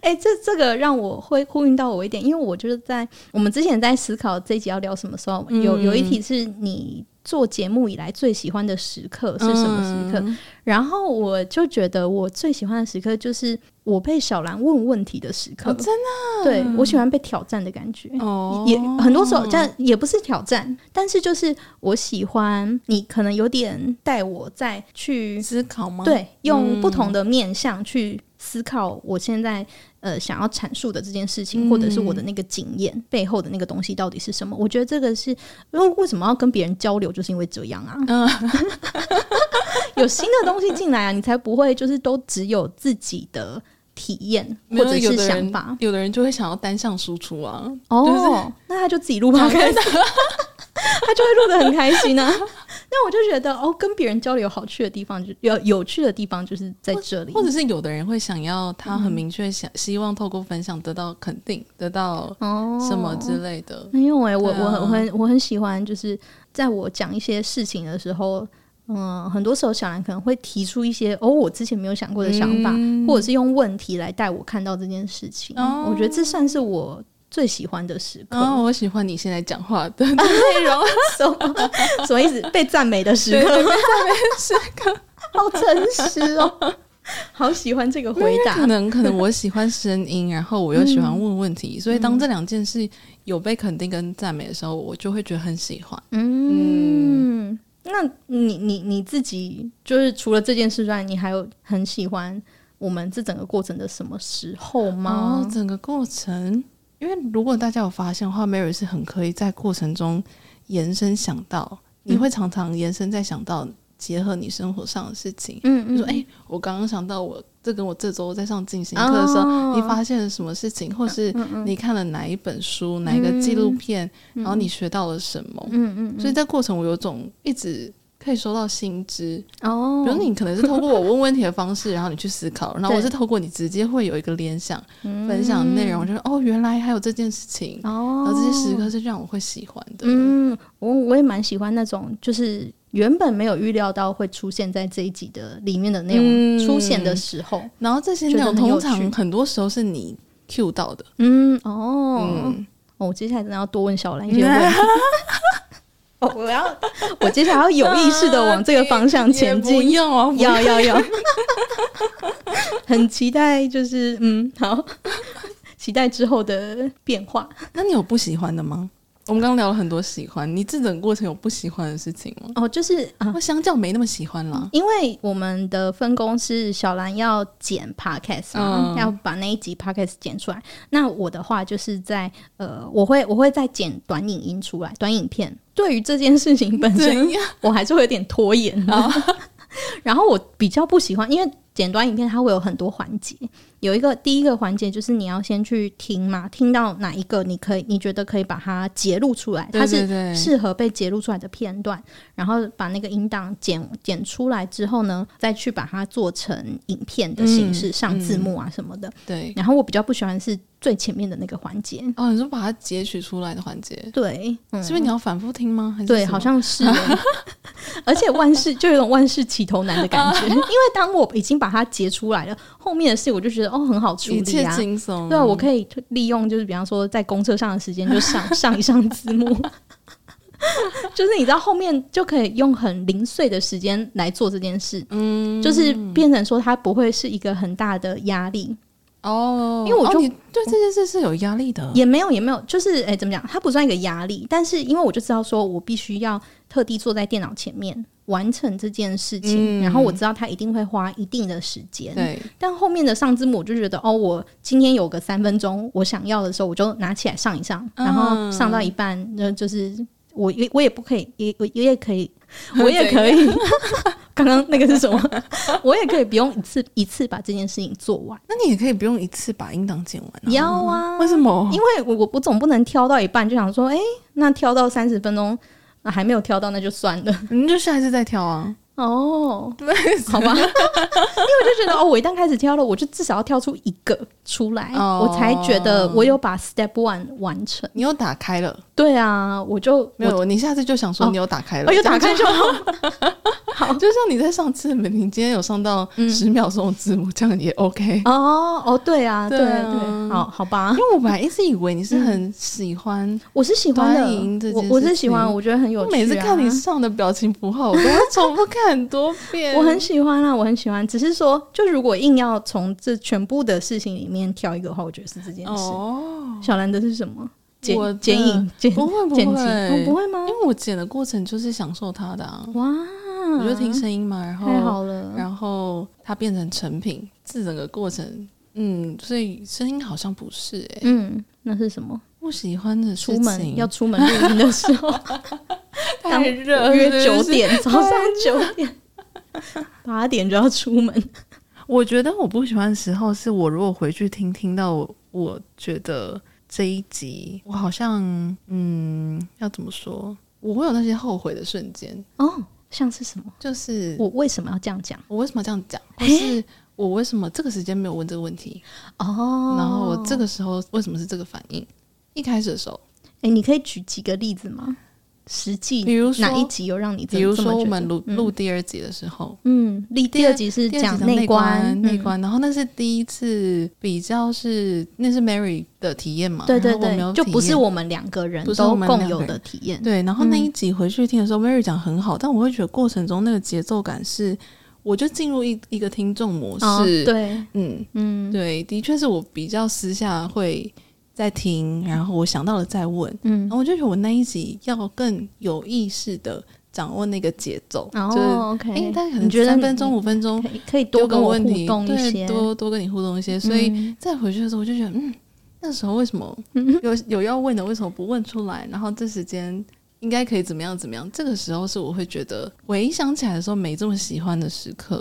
A: 哎、这这个让我会呼应到我一点，因为我就是在我们之前在思考这一集要聊什么时候，
B: 嗯
A: 有有一题是你做节目以来最喜欢的时刻是什么时刻？
B: 嗯
A: 然后我就觉得我最喜欢的时刻就是我被小兰问问题的时刻，
B: 哦真
A: 的、对我喜欢被挑战的感觉。
B: 哦，
A: 也很多时候，但也不是挑战，但是就是我喜欢你，可能有点带我再去
B: 思考吗？
A: 对用
B: 嗯
A: 不同的面向去思考我现在呃想要阐述的这件事情，或者是我的
B: 嗯
A: 那个经验背后的那个东西到底是什么。我觉得这个是，因为为什么要跟别人交流，就是因为这样啊。
B: 嗯
A: 有新的东西进来啊，你才不会就是都只有自己的体验
B: 没
A: 或
B: 有
A: 者
B: 有
A: 是
B: 的
A: 想
B: 人
A: 法。
B: 有的人就会想要单向输出啊，
A: 哦，那他就自己 录 p o 他就会录得很开心啊。 那我就觉得哦，跟别人交流有好去的地方，就有有趣的地方就是在这里。
B: 或者是有的人会想要他很明确想、希望透过分享得到肯定，得到
A: 哦，
B: 什么之类的。
A: 没有哎、我
B: 对啊
A: 我很我很我很喜欢，就是在我讲一些事情的时候，嗯，很多时候小兰可能会提出一些哦，我之前没有想过的想法，或者是用问题来带我看到这件事情。
B: 嗯哦
A: 我觉得这算是我最喜欢的时刻。
B: 啊、我喜欢你现在讲话的内容，
A: 什么什么意思？被赞美的时刻，被赞美的时刻， 好诚实哦，好喜欢这个回答
B: 可。能可能我喜欢声音，然后我又喜欢问问题，所以当这两件事有被肯定跟赞美的时候，我就会觉得很喜欢。
A: 嗯，那你你你自己就是除了这件事之外，你还有很喜欢我们这整个过程的什么时候吗
B: 哦，？整个过程，因为如果大家有发现的话，Mary 是很可以在过程中延伸想到，你会常常延伸再想到结合你生活上的事情。
A: 嗯嗯，
B: 就说：“哎、我刚刚想到我这跟我这周在上进行课的时候，
A: 哦嗯
B: 你发现了什么事情，或是你看了哪一本书、哪一个纪录片，然后你学到了什么？
A: 嗯嗯嗯
B: 所以在过程我有种一直可以收到新知，
A: 嗯，哦，
B: 比如你可能是透过 我问问题的方式，然后你去思考，然后我
A: 对
B: 是透过你直接会有一个联想，
A: 嗯
B: 分享的内容，就是哦，原来还有这件事情，然
A: 哦，
B: 后这些时刻是让我会喜欢的。
A: 嗯，我我也蛮喜欢那种，就是原本没有预料到会出现在这一集的里面的内容
B: 嗯
A: 出现的时候，
B: 然后这些内容
A: 觉得很有
B: 通
A: 趣
B: 常很多时候是你 Q 到的，
A: 嗯，哦，
B: 嗯，
A: 哦我接下来真的要多问小兰一些问题。哦，我要， 我接下来要有意识的往这个方向前
B: 嗯也不
A: 进。
B: 用哦，不
A: 要要要，很期待，就是嗯，好，期待之后的变化。
B: 那你有不喜欢的吗？我们刚刚聊了很多喜欢，你这整个过程有不喜欢的事情吗？
A: 哦，就是啊、
B: 我相较没那么喜欢啦。
A: 因为我们的分工是小兰要剪 podcast 嘛，
B: 嗯
A: 要把那一集 podcast 剪出来。那我的话就是在呃，我会我会再剪短影音出来，短影片。对于这件事情本 身，
B: 怎样？
A: 我还是会有点拖延。
B: 哦
A: 然后我比较不喜欢，因为剪短影片它会有很多环节，有一个第一个环节就是你要先去听嘛，听到哪一个你可以你觉得可以把它截录出来，它
B: 对对
A: 是
B: 对，
A: 适合被截录出来的片段，然后把那个音档剪剪出来之后呢，再去把它做成影片的形式，
B: 嗯
A: 上字幕啊什么的。
B: 对。
A: 然后我比较不喜欢是最前面的那个环节，
B: 哦，你说把它截取出来的环节，
A: 对，嗯
B: 是因为你要反复听吗？还是
A: 对，
B: 什么
A: 好像 是耶，而且万事就有种万事起头难的感 觉，因为当我已经把它截出来了，后面的事我就觉得哦很好处
B: 一
A: 理
B: 切
A: 啊。
B: 轻松。
A: 对啊，我可以利用就是比方说在公车上的时 间就上上一上字幕，就是你知道后面就可以用很零碎的时间来做这件事，
B: 嗯，
A: 就是变成说它不会是一个很大的压力，
B: 哦，
A: 因为我
B: 哦
A: 就
B: 你对这件事是有压力的，
A: 也没有，也没有，就是哎、怎么讲？它不算一个压力，但是因为我就知道说我必须要特地坐在电脑前面完成这件事情，
B: 嗯
A: 然后我知道它一定会花一定的时间。
B: 对，
A: 但后面的上字幕，我就觉得哦，我今天有个三分钟，我想要的时候我就拿起来上一上，
B: 嗯
A: 然后上到一半，那就是我也我也不可以，也我也可 以，我也可以。 刚刚那个是什么？ 我也可以不用一次一次把这件事情做完。
B: 那你也可以不用一次把音档剪完、啊，
A: 要啊，
B: 为什么？
A: 因为我我我总不能挑到一半就想说，哎、那挑到三十分钟、啊、还没有挑到，那就算了。
B: 你就下一次再挑啊。
A: 哦， 好吧，因为我就觉得哦，我一旦开始挑了，我就至少要挑出一个出来，
B: 哦
A: 我才觉得我有把 step one 完成。
B: 你又打开了，
A: 对啊，我就
B: 没有？你下次就想说
A: 哦
B: 你有打开了，
A: 我有打
B: 这
A: 开
B: 样
A: 就好。
B: 就就像你在上次，你今天有上到
A: 嗯
B: 十秒钟的字幕，这样也 OK。
A: 哦哦，对啊，对
B: 对啊
A: 对，好好吧
B: 因，为我本来一直以为你是很喜欢，
A: 我是喜欢
B: 短影
A: 的
B: 这，
A: 我
B: 件
A: 我是
B: 事
A: 喜欢，
B: 情
A: 我觉得很有
B: 我
A: 趣、啊。
B: 每次看你上的表情符号，我都要重复看很多 遍。
A: 我很喜欢啊，我很喜欢。只是说，就如果硬要从这全部的事情里面挑一个的话，我觉得是这件事。
B: 哦，
A: 小兰的是什么？剪
B: 我的
A: 剪影剪
B: 不会不会，
A: 剪辑、哦，不会吗
B: 因？为我剪的过程就是享受它的啊，
A: 哇，
B: 我就听声音嘛，然
A: 嗯太
B: 后
A: 好了！
B: 然后后它变成成品，这整个过程，嗯，所以声音好像不是哎、
A: 嗯，那是什么？
B: 不喜欢的事
A: 出
B: 情
A: 门要出门录音的时 候，当
B: 太热
A: 约
B: 呃是不
A: 九
B: 是啊
A: 点，早上九点。八点就要出门，
B: 我觉得我不喜欢的时候，是我如果回去听，听到我我觉得这一集，我好像嗯，要怎么说？我会有那些后悔的瞬间，
A: 哦，像是什么？
B: 就是
A: 我为什么要这样讲？
B: 我为什么要这样讲，或是我为什么这个时间没有问这个问题，
A: 哦，
B: 然后我这个时候为什么是这个反应？一开始的时候，
A: 哎、你可以举几个例子吗？实际，
B: 比如说
A: 哪一集有让你这
B: 比如
A: 这么
B: 说
A: 觉
B: 我
A: 得
B: 们录录第二集的时候，
A: 嗯，第第二集是
B: 嗯第二集
A: 讲
B: 讲
A: 内
B: 观，嗯内
A: 观，嗯
B: 观，然后那是第一次比较是那是 Mary 的体验嘛，
A: 嗯对对
B: 然后我没有
A: 对，就
B: 体
A: 不是
B: 验
A: 我们两个人
B: 不是
A: 都
B: 我们
A: 共
B: 两
A: 有
B: 个
A: 的
B: 人
A: 体验，
B: 对，然后那
A: 嗯
B: 一集回去听的时候、m a r y 讲很好，但我会觉得过程中那个节奏感是，我就进入一一个听众模式。
A: 哦，对，
B: 嗯，
A: 嗯
B: 对，的确是我比较私下会在听，然后我想到了再问，然
A: 嗯，
B: 后我就觉得我那一集要更有意识的掌握那个节奏，
A: 然
B: 就是
A: 后哦 OK，
B: 哎，大概可
A: 你
B: 能
A: 觉得
B: 三分钟、
A: 你
B: 五分钟
A: 可，以可以多
B: 丢
A: 跟
B: 个
A: 我
B: 问
A: 互
B: 题，
A: 动一些
B: 对，，多多跟你互动一些，所以
A: 嗯
B: 再回去的时候，我就觉得，嗯，那时候为什么有有要问的，为什么不问出来？然后这时间应该可以怎么样怎么样？这个时候是我会觉得回想起来的时候没这么喜欢的时刻。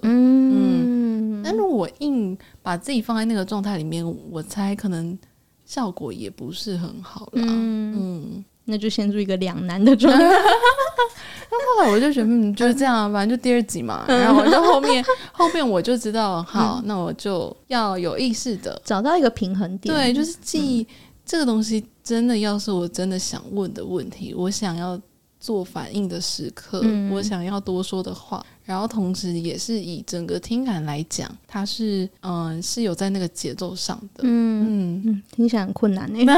A: 嗯
B: 但如果我硬把自己放在那个状态里面，我猜可能效果也不是很好啦。
A: 嗯，
B: 嗯，
A: 那就陷入一个两难的状态，
B: 后来我就觉得，嗯，就是这样，反正就第二集嘛。然后我就后面 后面我就知道，好，
A: 嗯
B: 那我就要有意识的
A: 找到一个平衡点，
B: 对，就是记、这个东西，真的要是我真的想问的问题，我想要做反应的时刻，
A: 嗯
B: 我想要多说的话，然后同时也是以整个听感来讲，它是嗯、是有在那个节奏上的。
A: 嗯
B: 嗯，
A: 嗯，听起来很困难哎，
B: 但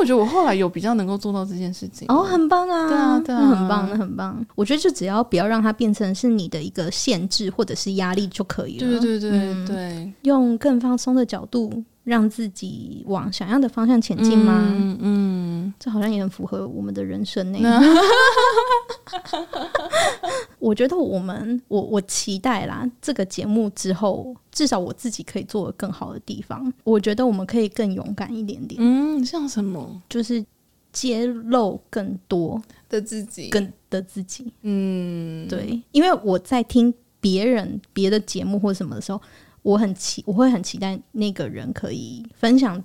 B: 我觉得我后来有比较能够做到这件事情。
A: 哦，很棒啊，
B: 对啊对啊
A: 那很棒，那很棒，我觉得就只要不要让它变成是你的一个限制或者是压力就可以了，
B: 对对对
A: 嗯
B: 对，
A: 用更放松的角度，让自己往想要的方向前进吗？
B: 嗯嗯，
A: 这好像也很符合我们的人生呢、
B: 那
A: 我觉得我们，我我期待啦，这个节目之后，至少我自己可以做得更好的地方。我觉得我们可以更勇敢一点点，
B: 嗯，像什么
A: 就是揭露更多
B: 的自己，
A: 更的自己。
B: 嗯，
A: 对，因为我在听别人别的节目或什么的时候，我很期，我会很期待那个人可以分享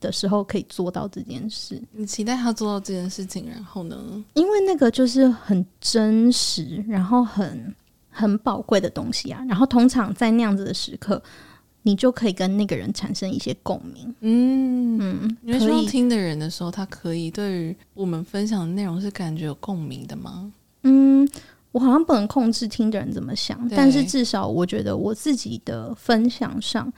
A: 的时候可以做到这件事。
B: 你期待他做到这件事情，然后呢？
A: 因为那个就是很真实，然后很很宝贵的东西啊。然后通常在那样子的时刻，你就可以跟那个人产生一些共鸣。
B: 嗯，
A: 嗯，
B: 你会希
A: 可
B: 望
A: 以，
B: 听的人的时候，他可以对于我们分享的内容是感觉有共鸣的吗？
A: 嗯，我好像不能控制听的人怎么想，
B: 对
A: 但是至少我觉得我自己的分享上。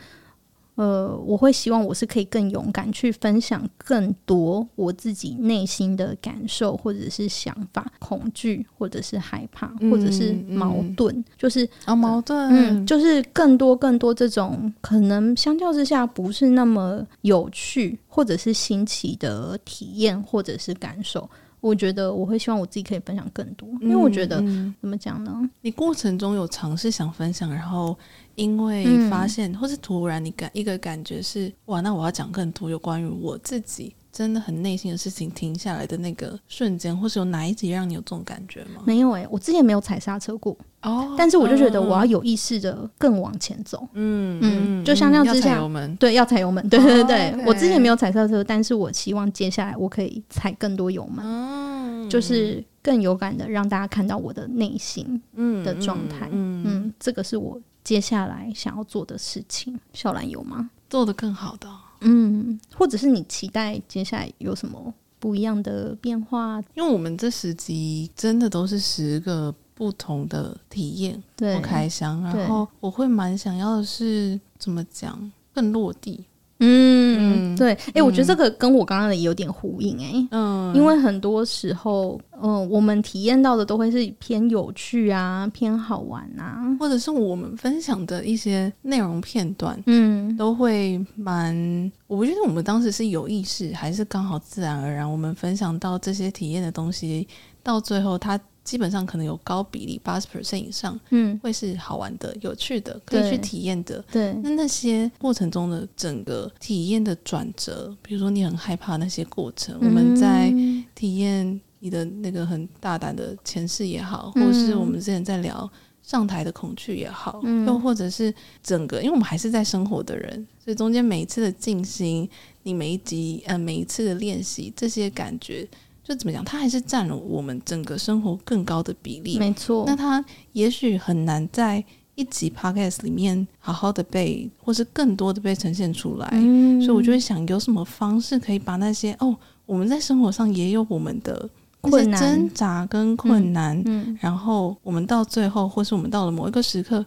A: 呃，我会希望我是可以更勇敢去分享更多我自己内心的感受，或者是想法、恐惧，或者是害怕，或者是
B: 嗯嗯
A: 矛盾，就是
B: 啊，矛盾，
A: 嗯，就是更多更多这种可能相较之下不是那么有趣或者是新奇的体验或者是感受，我觉得我会希望我自己可以分享更多，因为我觉得、
B: 嗯嗯
A: 怎么讲呢？
B: 你过程中有尝试想分享，然后因为
A: 嗯
B: 发现，或是突然你感一个感觉是，哇，那我要讲更多有关于我自己真的很内心的事情，停下来的那个瞬间，或是有哪一集让你有这种感觉吗？
A: 没有欸诶、我之前没有踩刹车过，
B: 哦
A: 嗯但是我就觉得我要有意识的更往前走。
B: 嗯
A: 嗯就相较之下
B: 要踩油门，
A: 对，要踩油门。对对对，
B: 哦 OK
A: 我之前没有踩刹车，但是我期望接下来我可以踩更多油门，
B: 嗯
A: 就是更有感的让大家看到我的内心。
B: 嗯
A: 的状态
B: 嗯，嗯
A: 嗯，这个是我接下来想要做的事情。小兰有吗？
B: 做的更好的哦。
A: 嗯，或者是你期待接下来有什么不一样的变化？
B: 因为我们这十集真的都是十个不同的体验
A: 对
B: 不，开箱，
A: 对
B: 然后我会蛮想要的是怎么讲更落地，
A: 嗯，
B: 嗯
A: 对，哎、我觉得
B: 嗯
A: 这个跟我刚刚的有点呼应、诶，
B: 嗯，
A: 因为很多时候，嗯、我们体验到的都会是偏有趣啊，偏好玩啊，
B: 或者是我们分享的一些内容片段。
A: 嗯，
B: 都会蛮，我觉得我们当时是有意识，还是刚好自然而然，我们分享到这些体验的东西，到最后它基本上可能有高比例八十 percent 以上
A: 嗯，
B: 会是好玩的、有趣的，可以去
A: 对
B: 体验的。
A: 对，
B: 那那些过程中的整个体验的转折，比如说你很害怕那些过程，我们在
A: 嗯
B: 体验你的那个很大胆的前世也好，或者是我们之前在聊上台的恐惧也好，
A: 嗯
B: 又或者是整个，因为我们还是在生活的人，所以中间每一次的静心，你每一集呃每一次的练习，这些感觉就怎么讲，它还是占了我们整个生活更高的比例。
A: 没错，
B: 那它也许很难在一集 podcast 里面好好的被，或是更多的被呈现出来。
A: 嗯
B: 所以我就会想，有什么方式可以把那些哦，我们在生活上也有我们的
A: 困
B: 那
A: 难
B: 些挣扎跟困难，
A: 嗯
B: 然后我们到最后，或是我们到了某一个时刻，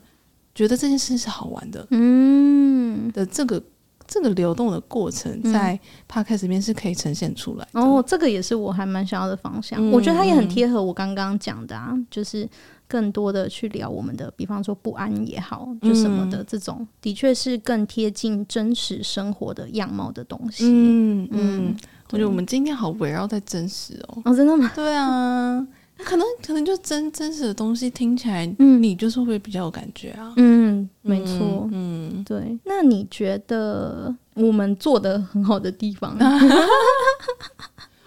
B: 觉得这件事是好玩的
A: 嗯，
B: 的这个这个流动的过程，
A: 嗯
B: 在 podcast 里面是可以呈现出来的。
A: 哦，这个也是我还蛮想要的方向。
B: 嗯
A: 我觉得它也很贴合我刚刚讲的啊，就是更多的去聊我们的，比方说不安也好，就什么
B: 嗯
A: 的、这种，的确是更贴近真实生活的样貌的东西。
B: 嗯
A: 嗯
B: 嗯，我觉得我们今天好围绕在真实哦。
A: 哦，真的吗？
B: 对啊，可能可能就真真实的东西听起来，
A: 嗯
B: 你就是会比较有感觉啊。
A: 嗯，没错。
B: 嗯，
A: 对，那你觉得我们做的很好的地 方？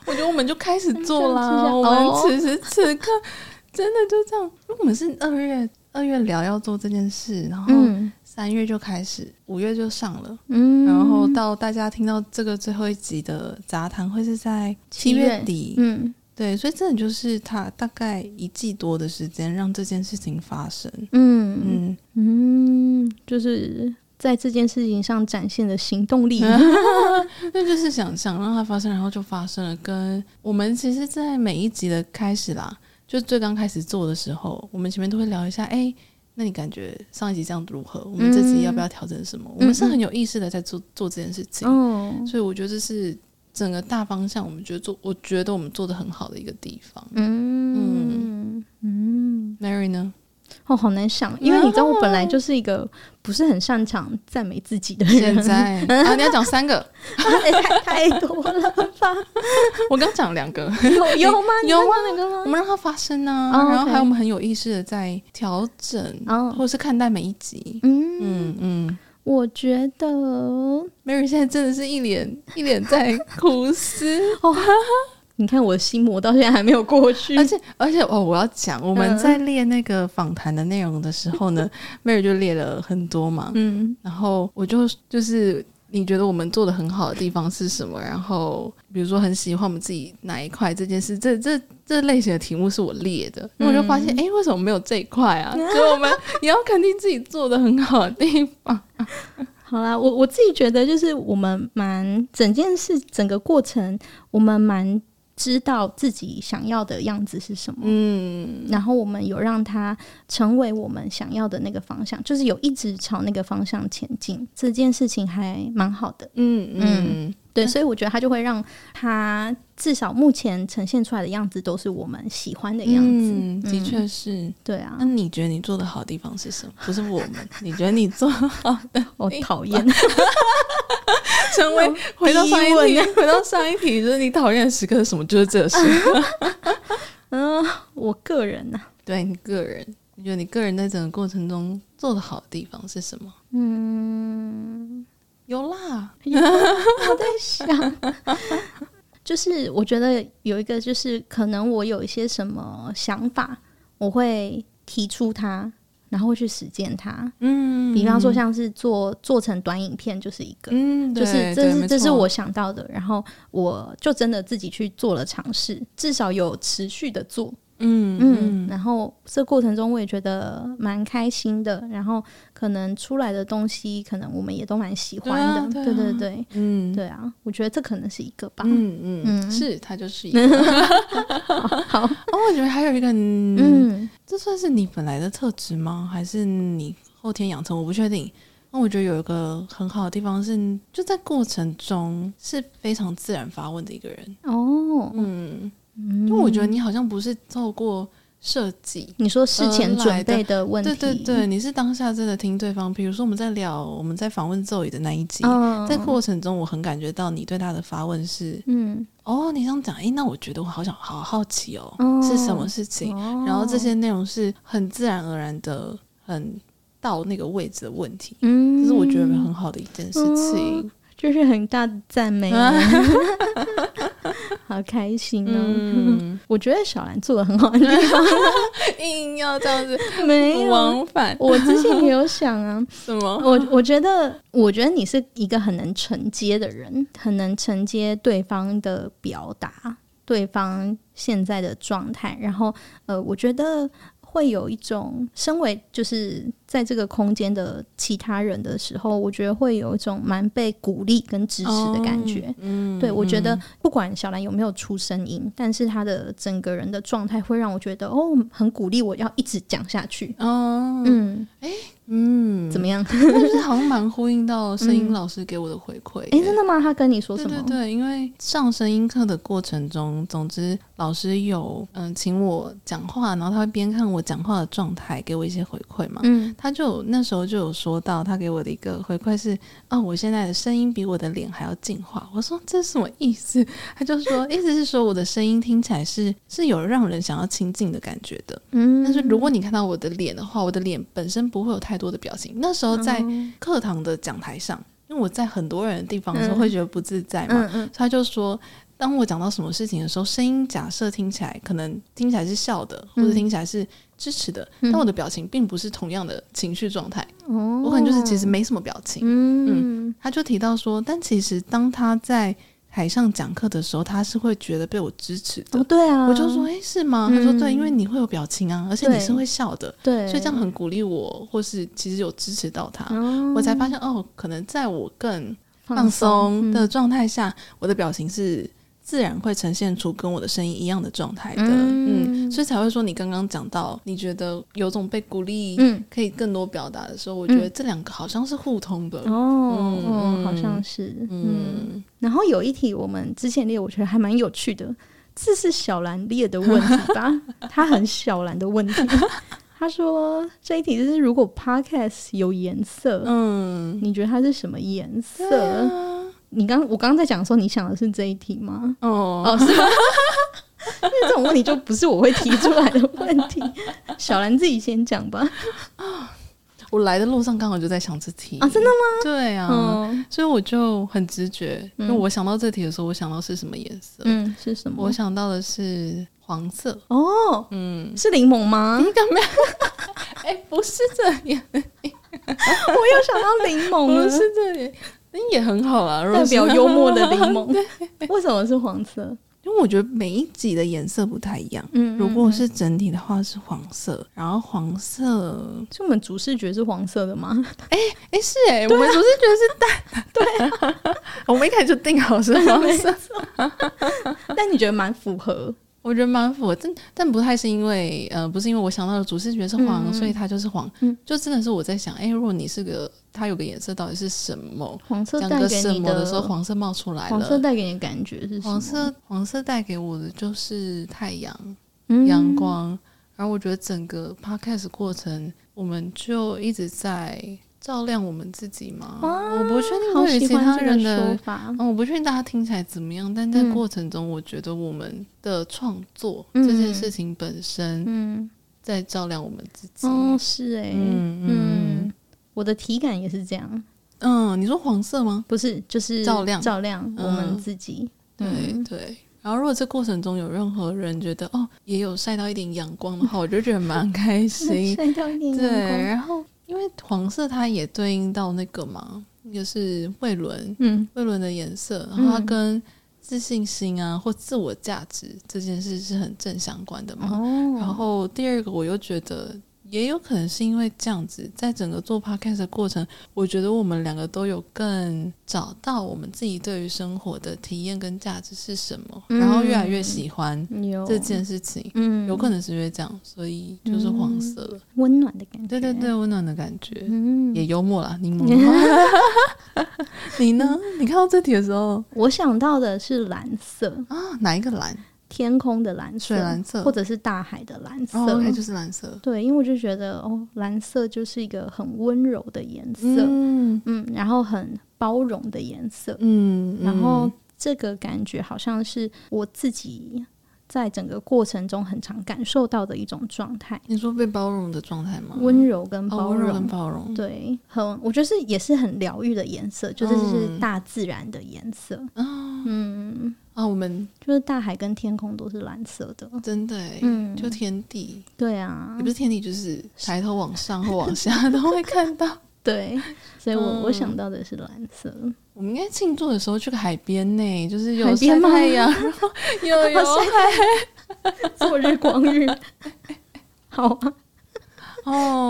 B: 我觉得我们就开始做
A: 这样
B: 啦，
A: 子
B: 我
A: 哦
B: 们此时此刻真的就这样。因为我们是二月二月聊要做这件事，然后
A: 嗯
B: 三月就开始，五月就上了，
A: 嗯，
B: 然后到大家听到这个最后一集的杂谈会是在七
A: 七月
B: 月底。
A: 嗯
B: 对，所以真的就是它大概一季多的时间让这件事情发生。
A: 嗯嗯
B: 嗯，
A: 嗯，就是在这件事情上展现的行动 力。
B: 那就是想想让它发生，然后就发生了。跟我们其实，在每一集的开始啦，就最刚开始做的时候，我们前面都会聊一下，哎、那你感觉上一集这样如何？我们这集要不要调整什么？我们是很有意识的在做做这件事情，
A: 嗯哦，
B: 所以我觉得这是整个大方向，我们觉得做，我觉得我们做的很好的一个地方。
A: 嗯嗯，
B: Mary 呢？
A: 哦，好难想，因为你知道我本来就是一个不是很擅长赞美自己的
B: 现
A: 人，哎
B: 在啊，你要讲三个，
A: 太太多了吧？
B: 我刚讲两个，
A: 有有吗？你
B: 有
A: 看
B: 吗
A: 到那个
B: 我
A: 吗？
B: 们让它发生啊，
A: 哦
B: 然后
A: OK
B: 还有我们很有意识的在调整，
A: 哦
B: 或者是看待每一集。
A: 嗯，
B: 嗯嗯。
A: 我觉得
B: Mary 现在真的是一脸一脸在苦思，
A: 你看我的心魔到现在还没有过去
B: 而，且而且哦，我要讲我们在列那个访谈的内容的时候呢、m a r y 就列了很多嘛，
A: 嗯
B: 然后我就就是你觉得我们做的很好的地方是什么？然后比如说很喜欢我们自己哪一块这件事，这这这类型的题目是我列的，那我就发现哎、诶为什么没有这一块啊？所以我们也要肯定自己做的很好的地方，
A: 好啦，我我自己觉得就是我们蛮整件事整个过程，我们蛮知道自己想要的样子是什么，
B: 嗯
A: 然后我们有让它成为我们想要的那个方向，就是有一直朝那个方向前进，这件事情还蛮好的。
B: 嗯嗯
A: 嗯对，所以我觉得它就会让它至少目前呈现出来的样子都是我们喜欢的样子。
B: 嗯，的确是。
A: 对啊
B: 那，你觉得你做的好的地方是什么？不是我们， 你觉得你做
A: 我讨 厌。
B: 成为回到上一
A: 逼问
B: 题，回到上一题，就是你讨厌的时刻是什么？ 就是这个时刻。
A: 嗯、我个人啊呢、
B: 对你个人，你觉得你个人在整个过程中做的好的地方是什么？
A: 嗯，
B: 有啦，
A: 就是我觉得有一个，就是可能我有一些什么想法，我会提出它，然后会去实践它。
B: 嗯
A: 比方说，，像是做做成短影片就是一个，
B: 嗯，对
A: 就是
B: 对
A: 这
B: 没
A: 是这是
B: 错
A: 我想到的，然后我就真的自己去做了尝试，至少有持续的做，嗯，
B: 嗯嗯
A: 然后这过程中我也觉得蛮开心的，然后可能出来的东西，可能我们也都蛮喜欢的，
B: 对啊
A: 对
B: 对啊
A: 对对
B: 嗯
A: 对啊，我觉得这可能是一个吧，
B: 嗯嗯，
A: 嗯
B: 是它就是一个。
A: 好，
B: 哦，我觉得还有一个，嗯，
A: 嗯
B: 这算是你本来的特质吗？还是你后天养成？我不确定。那我觉得有一个很好的地方是，就在过程中是非常自然发问的一个人。
A: 哦，
B: 嗯，
A: 因
B: 因为我觉得你好像不是透过设计。
A: 你说事前准备的问题
B: 呃对，对对，你是当下真的听对方。比如说我们在聊我们在访问咒语的那一集，
A: 嗯，
B: 在过程中我很感觉到你对他的发问是
A: 嗯
B: 哦，你这样讲，诶，那我觉得我好想好好奇哦，
A: 哦
B: 是什么事情？
A: 哦
B: 然后这些内容是很自然而然的，很到那个位置的问题，
A: 嗯
B: 这是我觉得很好的一件事情。
A: 就是很大的赞美， 好开心哦！
B: 嗯，
A: 我觉得小兰做的很好的地
B: 硬要这样子
A: 方 没有。
B: 往返，
A: 我之前也有想啊，
B: 什么？
A: 我我觉得，我觉得你是一个很能承接的人，很能承接对方的表达，对方现在的状态。然后，呃，我觉得会有一种，身为就是在这个空间的其他人的时候，我觉得会有一种蛮被鼓励跟支持的感觉。
B: 嗯
A: 对，我觉得不管小兰有没有出声音，但是她的整个人的状态会让我觉得哦，很鼓励我要一直讲下去。
B: 哦，
A: 嗯，
B: 嗯，
A: 怎么样？
B: 但是好像蛮呼应到声音老师给我的回馈耶。
A: 哎、真的吗？他跟你说
B: 对
A: 什么？
B: 对对，因为上声音课的过程中，总之老师有嗯、请我讲话，然后他会边看我讲话的状态，给我一些回馈嘛。
A: 嗯
B: 他就有那时候就有说到，他给我的一个回馈是，哦，我现在的声音比我的脸还要进化。我说这是什么意思？他就说，意思是说我的声音听起来是是有让人想要亲近的感觉的。
A: 嗯，
B: 但是如果你看到我的脸的话，我的脸本身不会有太多的表情。那时候在
A: 嗯
B: 课堂的讲台上，因为我在很多人的地方的时候
A: 嗯
B: 会觉得不自在嘛，所
A: 嗯嗯
B: 以他就说，当我讲到什么事情的时候，声音假设听起来可能听起来是笑的，或者
A: 嗯
B: 听起来是支持的，
A: 嗯
B: 但我的表情并不是同样的情绪状态，
A: 哦，
B: 我可能就是其实没什么表情。
A: 嗯
B: 他就提到说，但其实当他在台上讲课的时候，他是会觉得被我支持的。
A: 哦对啊，
B: 我就说，诶，是吗？他说
A: 嗯
B: 对，因为你会有表情啊，而且你
A: 对
B: 是会笑的，
A: 对，
B: 所以这样很鼓励我，或是其实有支持到他。
A: 哦
B: 我才发现哦，可能在我更放
A: 放
B: 松的
A: 嗯
B: 状态下，我的表情是自然会呈现出跟我的声音一样的状态的。嗯
A: 嗯
B: 所以才会说你刚刚讲到，你觉得有种被鼓励，
A: 嗯
B: 可以更多表达的时候，我觉得这两个好像是互通的。
A: 哦哦
B: 嗯，
A: 好像是嗯。
B: 嗯，
A: 然后有一题我们之前列，我觉得还蛮有趣的，这是小兰列的问题吧？他很小兰的问题。他说这一题就是如果 podcast 有颜色，
B: 嗯，
A: 你觉得它是什么颜色？你刚我刚刚在讲说，你想的是这一题吗？
B: 哦，
A: 哦，是吗？因为这种问题就不是我会提出来的问题，小兰自己先讲吧。
B: 我来的路上刚好就在想这题
A: 啊真的
B: 吗？对啊。
A: 嗯
B: 所以我就很直觉，因
A: 嗯
B: 为我想到这题的时候，我想到是什么颜色？
A: 嗯，是什么
B: 我？想到的是黄色。
A: 哦，
B: 嗯，
A: 是柠檬吗？
B: 你干嘛？哎、不是这 样，
A: 我又想到柠檬
B: 不是
A: 了，
B: 这样，那也很好啊。如果
A: 代
B: 是
A: 表幽默 的柠檬。为什么是黄色？
B: 因为我觉得每一集的颜色不太一样。
A: 嗯，
B: 如果
A: 嗯
B: 是整体的话是黄色，然后黄色，
A: 嗯是我们主视觉是黄色的吗？
B: 哎是哎，我们总是觉得是淡， 对、啊我们一开始就定好是 黄色，
A: 但你觉得蛮符合？
B: 我觉得蛮符合，但但不太是因为呃，不是因为我想到的主视觉是黄，
A: 嗯嗯
B: 所以它就是黄，
A: 嗯
B: 就真的是我在想，哎，如果你是个它有个颜色到底是什么？
A: 黄色
B: 讲
A: 带
B: 个
A: 给
B: 什
A: 你
B: 么的时候，黄色冒出来了。
A: 黄色带给你的感觉是什么
B: 黄色黄色带给我的就是太阳、
A: 嗯
B: 阳光，然后我觉得整个 podcast 过程，我们就一直在照亮我们自己嘛。
A: 哇
B: 我不确定
A: 嗯好
B: 对于
A: 喜
B: 其他
A: 欢这
B: 人
A: 个说
B: 的，
A: 法。
B: 嗯，我不确定大家听起来怎么样，但在
A: 嗯
B: 过程中，我觉得我们的创作、
A: 嗯
B: 这件事情本身
A: 嗯，
B: 在照亮我们自己。
A: 哦，是哎，
B: 嗯嗯
A: 嗯，我的体感也是这样。
B: 嗯，你说黄色吗？
A: 不是，就是
B: 照亮嗯
A: 照亮我们自己。
B: 对
A: 嗯
B: 对。然后，如果这过程中有任何人觉得哦，也有晒到一点阳光的话，我就觉得蛮开 心。
A: 晒到一点
B: 对，
A: 阳光，
B: 然后因为黄色它也对应到那个嘛，那个是蔚伦，
A: 嗯
B: 蔚伦的颜色，然后它
A: 嗯
B: 跟自信心啊或自我价值这件事是很正相关的嘛。
A: 哦，
B: 然后第二个，我又觉得也有可能是因为这样子，在整个做 podcast 的过程，我觉得我们两个都有更找到我们自己对于生活的体验跟价值是什么，
A: 嗯
B: 然后越来越喜欢
A: 有
B: 这件事情。
A: 嗯
B: 有可能是因为这样，所以就是黄色了。
A: 温暖的感觉，
B: 对对对，，温暖的感觉，
A: 嗯
B: 也。幽默啦， 柠檬。你呢？
A: 嗯
B: 你看到这题的时候
A: 我想到的是蓝色，
B: 啊，哪一个蓝？
A: 天空的蓝色，
B: 水蓝色
A: 或者是大海的蓝色。
B: 哦，OK，就是蓝色。
A: 对，因为我就觉得哦，蓝色就是一个很温柔的颜色，
B: 嗯
A: 嗯然后很包容的颜色，
B: 嗯，
A: 然后这个感觉好像是我自己在整个过程中很常感受到的一种状态，
B: 你说被包容的状态吗？
A: 温柔跟
B: 哦
A: 包
B: 温柔跟
A: 容。
B: 包容，
A: 对，很，我觉得是也是很疗愈的颜色，就是这
B: 嗯
A: 是大自然的颜色。嗯，
B: 啊，我们
A: 就是大海跟天空都是蓝色的。
B: 真的欸
A: 嗯，
B: 就天地，
A: 对啊
B: 也不，是天地，就是抬头往上或往下都会看到。
A: 对，所以我、
B: 嗯
A: 我想到的是蓝色。
B: 我们应该庆祝的时候去个海边呢，就是有
A: 海
B: 晒
A: 边吗
B: 太阳，然后有有
A: 好晒做日光 日，好啊，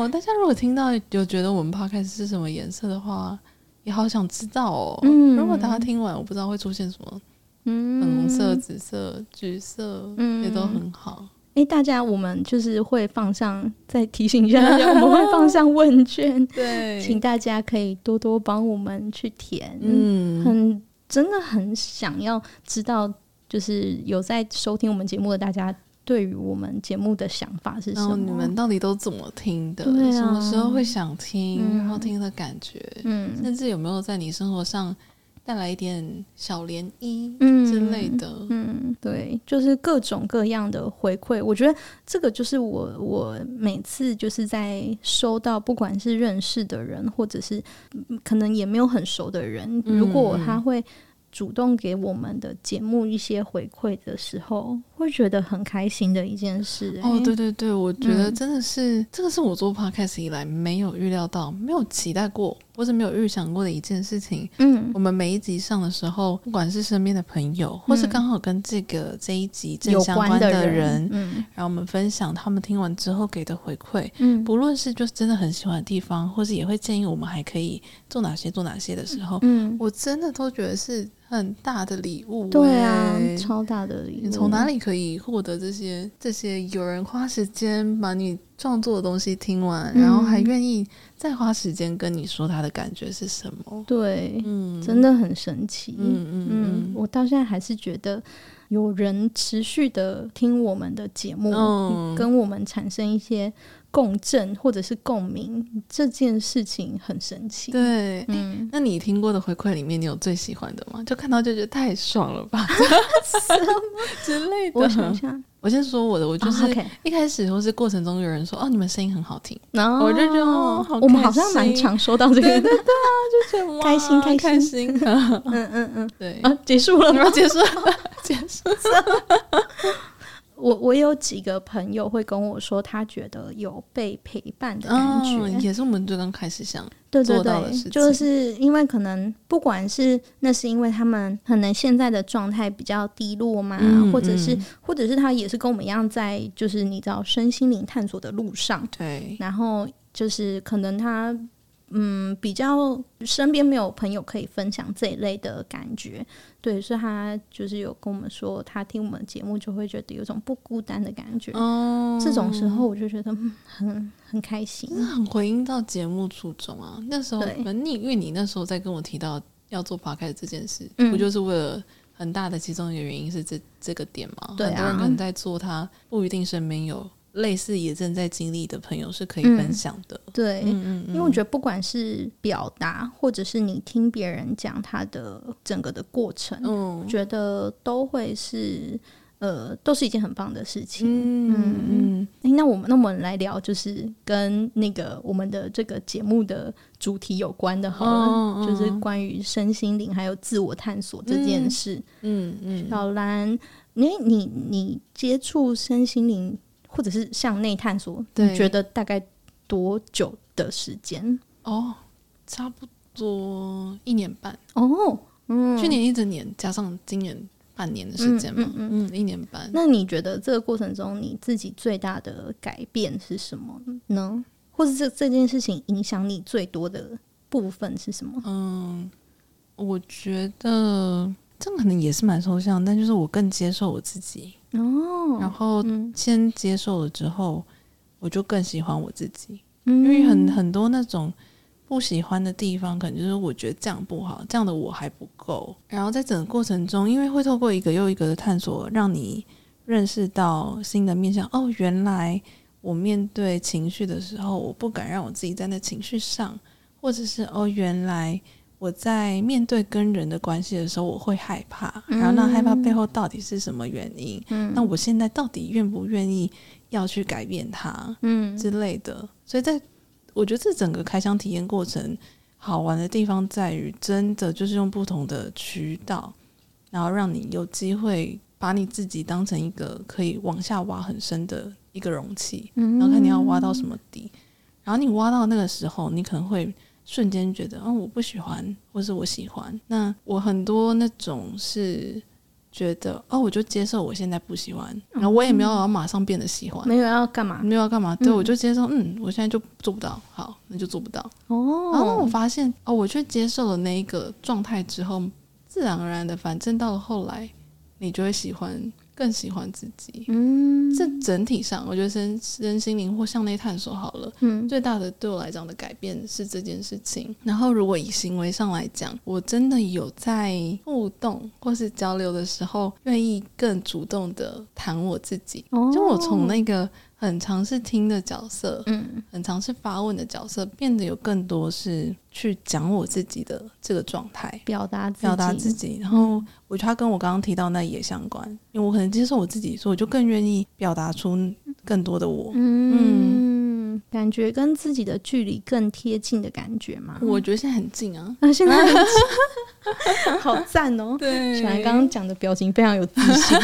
B: 哦。大家如果听到有觉得我们 podcast 是什么颜色的话，也好想知道哦。
A: 嗯
B: 如果大家听完，我不知道会出现什么粉
A: 嗯，
B: 红色、紫色、橘色，
A: 嗯
B: 也都很好。
A: 哎、大家，我们就是会放上，再提醒一下大家，我们会放上问卷，请
B: 对，
A: 大家可以多多帮我们去填。嗯，
B: 嗯，
A: 很真的很想要知道，就是有在收听我们节目的大家，对于我们节目的想法是
B: 然
A: 什
B: 后
A: 么？
B: 你们到底都怎么听的？
A: 对啊
B: 什么时候会想听？
A: 嗯
B: 然后听的感觉，
A: 嗯
B: 甚至有没有在你生活上带来一点小涟漪
A: 嗯
B: 之类的？
A: 嗯，对，就是各种各样的回馈，我觉得这个就是我我每次就是在收到，不管是认识的人，或者是嗯可能也没有很熟的人，
B: 嗯
A: 如果他会主动给我们的节目一些回馈的时候，会觉得很开心的一件事、
B: 哦
A: 哎，
B: 对，对对，我觉得
A: 嗯
B: 真的是、这个是我做 podcast 以来没有预料到、没有期待过，或是没有预想过的一件事情。
A: 嗯
B: 我，们每一集上的时候，不管是身边的朋友，或是
A: 嗯
B: 刚好跟这个这一集正
A: 有
B: 相关
A: 的
B: 人，
A: 嗯
B: 然后我们分享他们听完之后给的回馈，
A: 嗯，
B: 不论是就是真的很喜欢的地方，或是也会建议我们还可以做哪些做哪些的时候，
A: 嗯，
B: 我真的都觉得是很大的礼物、
A: 对啊
B: 欸，
A: 超大的礼物，
B: 你从哪？里可以获得这些？这些有人花时间把你创作的东西听完，
A: 嗯
B: 然后还愿意再花时间跟你说他的感觉是什么？
A: 对，
B: 嗯，
A: 真的很神奇，
B: 嗯嗯
A: 嗯，
B: 嗯
A: 我到现在还是觉得有人持续的听我们的节目，
B: 嗯
A: 跟我们产生一些共振或者是共鸣，这件事情很神奇。，
B: 对。
A: 嗯，
B: 那你听过的回馈里面，你有最喜欢的吗？就看到就觉得太爽了 吧之类的。
A: 我想一下，
B: 我先说我的，我就是
A: 哦，OK
B: 一开始或是过程中有人说哦，你们声音很好听，
A: 然后
B: 我就觉得哦好
A: 我们
B: 开
A: 好像蛮
B: 心
A: 常收到这个，
B: 啊就觉得哇
A: 开心开心
B: 开心，啊
A: 嗯嗯嗯，
B: 对，
A: 啊，结束了吗？
B: 然后 结束了结束了，
A: 我我有几个朋友会跟我说，他觉得有被陪伴的感觉，
B: 嗯也是我们最刚开始想，
A: 对对
B: 做到的
A: 对
B: 事，
A: 就
B: 情
A: 是因为可能不管是那是因为他们可能现在的状态比较低落嘛，
B: 嗯
A: 或者是、
B: 嗯
A: 或者是他也是跟我们一样在就是你知道身心灵探索的路上，
B: 对，
A: 然后就是可能他嗯比较身边没有朋友可以分享这一类的感觉，对，所以他就是有跟我们说，他听我们节目就会觉得有种不孤单的感觉。
B: 哦，
A: 这种时候我就觉得嗯很很开心，
B: 那很回应到节目初衷啊。那时候
A: 对
B: 反正你因为你那时候在跟我提到要做 p o d c a s 这件事，
A: 嗯
B: 不就是为了很大的其中一个原因是这这个点吗？
A: 对啊
B: 很多人可能在做，他不一定身边有类似也正在经历的朋友是可以
A: 嗯
B: 分享的。
A: 对，
B: 嗯嗯
A: 因为我觉得不管是表达，或者是你听别人讲他的整个的过程，
B: 嗯
A: 我觉得都会是呃，都是一件很棒的事情。
B: 嗯嗯，
A: 诶那我们那我们来聊，就是跟那个我们的这个节目的主题有关的，好了，
B: 哦
A: 就是关于身心灵还有自我探索这件事。
B: 嗯嗯，
A: 小兰，你你你接触身心灵或者是向内探索，
B: 对
A: 你觉得大概多久的时间？
B: 哦，差不多一年半，
A: 哦，嗯，
B: 去年一整年加上今年半年的时间嘛，
A: 嗯嗯
B: 嗯，一年半。
A: 那你觉得这个过程中你自己最大的改变是什么呢？或者这这件事情影响你最多的部分是什么？
B: 嗯，我觉得这样可能也是蛮抽象，但就是我更接受我自己，
A: 哦，
B: 然后
A: 嗯，
B: 先接受了之后，我就更喜欢我自己，
A: 因
B: 嗯因为很很多那种。不喜欢的地方，可能就是我觉得这样不好，这样的我还不够。然后在整个过程中，因为会透过一个又一个的探索，让你认识到新的面向。哦，原来我面对情绪的时候，我不敢让我自己在那情绪上，或者是哦，原来我在面对跟人的关系的时候，我会害怕，
A: 嗯
B: 然后那害怕背后到底是什么原因？
A: 嗯
B: 那我现在到底愿不愿意要去改变它
A: 嗯
B: 之类的？所以在我觉得这整个开箱体验过程好玩的地方在于，真的就是用不同的渠道，然后让你有机会把你自己当成一个可以往下挖很深的一个容器。
A: 嗯
B: 然后看你要挖到什么底。然后你挖到那个时候，你可能会瞬间觉得，哦，我不喜欢，或是我喜欢。那我很多那种是觉得，哦，我就接受我现在不喜欢，然后我也没有要马上变得喜欢，
A: 嗯没有要干嘛
B: 没有要干嘛，对
A: 嗯
B: 我就接受，嗯，我现在就做不到，好，那就做不到。然后我
A: 哦，
B: 发现，哦，我去接受了那一个状态之后，自然而然的，反正到了后来，你就会喜欢，更喜欢自己。
A: 嗯
B: 这整体上，我觉得身身心灵或向内探索好了，
A: 嗯
B: 最大的对我来讲的改变是这件事情。然后，如果以行为上来讲，我真的有在互动或是交流的时候，愿意更主动的谈我自己。
A: 哦
B: 就我从那个很尝试听的角色，
A: 嗯
B: 很尝试发问的角色，变得有更多是去讲我自己的这个状态。
A: 表达
B: 表达自
A: 己，
B: 己，然后我觉得它跟我刚刚提到那也相关，因为我可能接受我自己，所以我就更愿意表达出更多的我。
A: 嗯，感觉跟自己的距离更贴近的感觉嘛。
B: 我觉得现在很近啊，
A: 那现 在 很近好赞哦！
B: 对
A: 小兰刚刚讲的表情非常有自 信，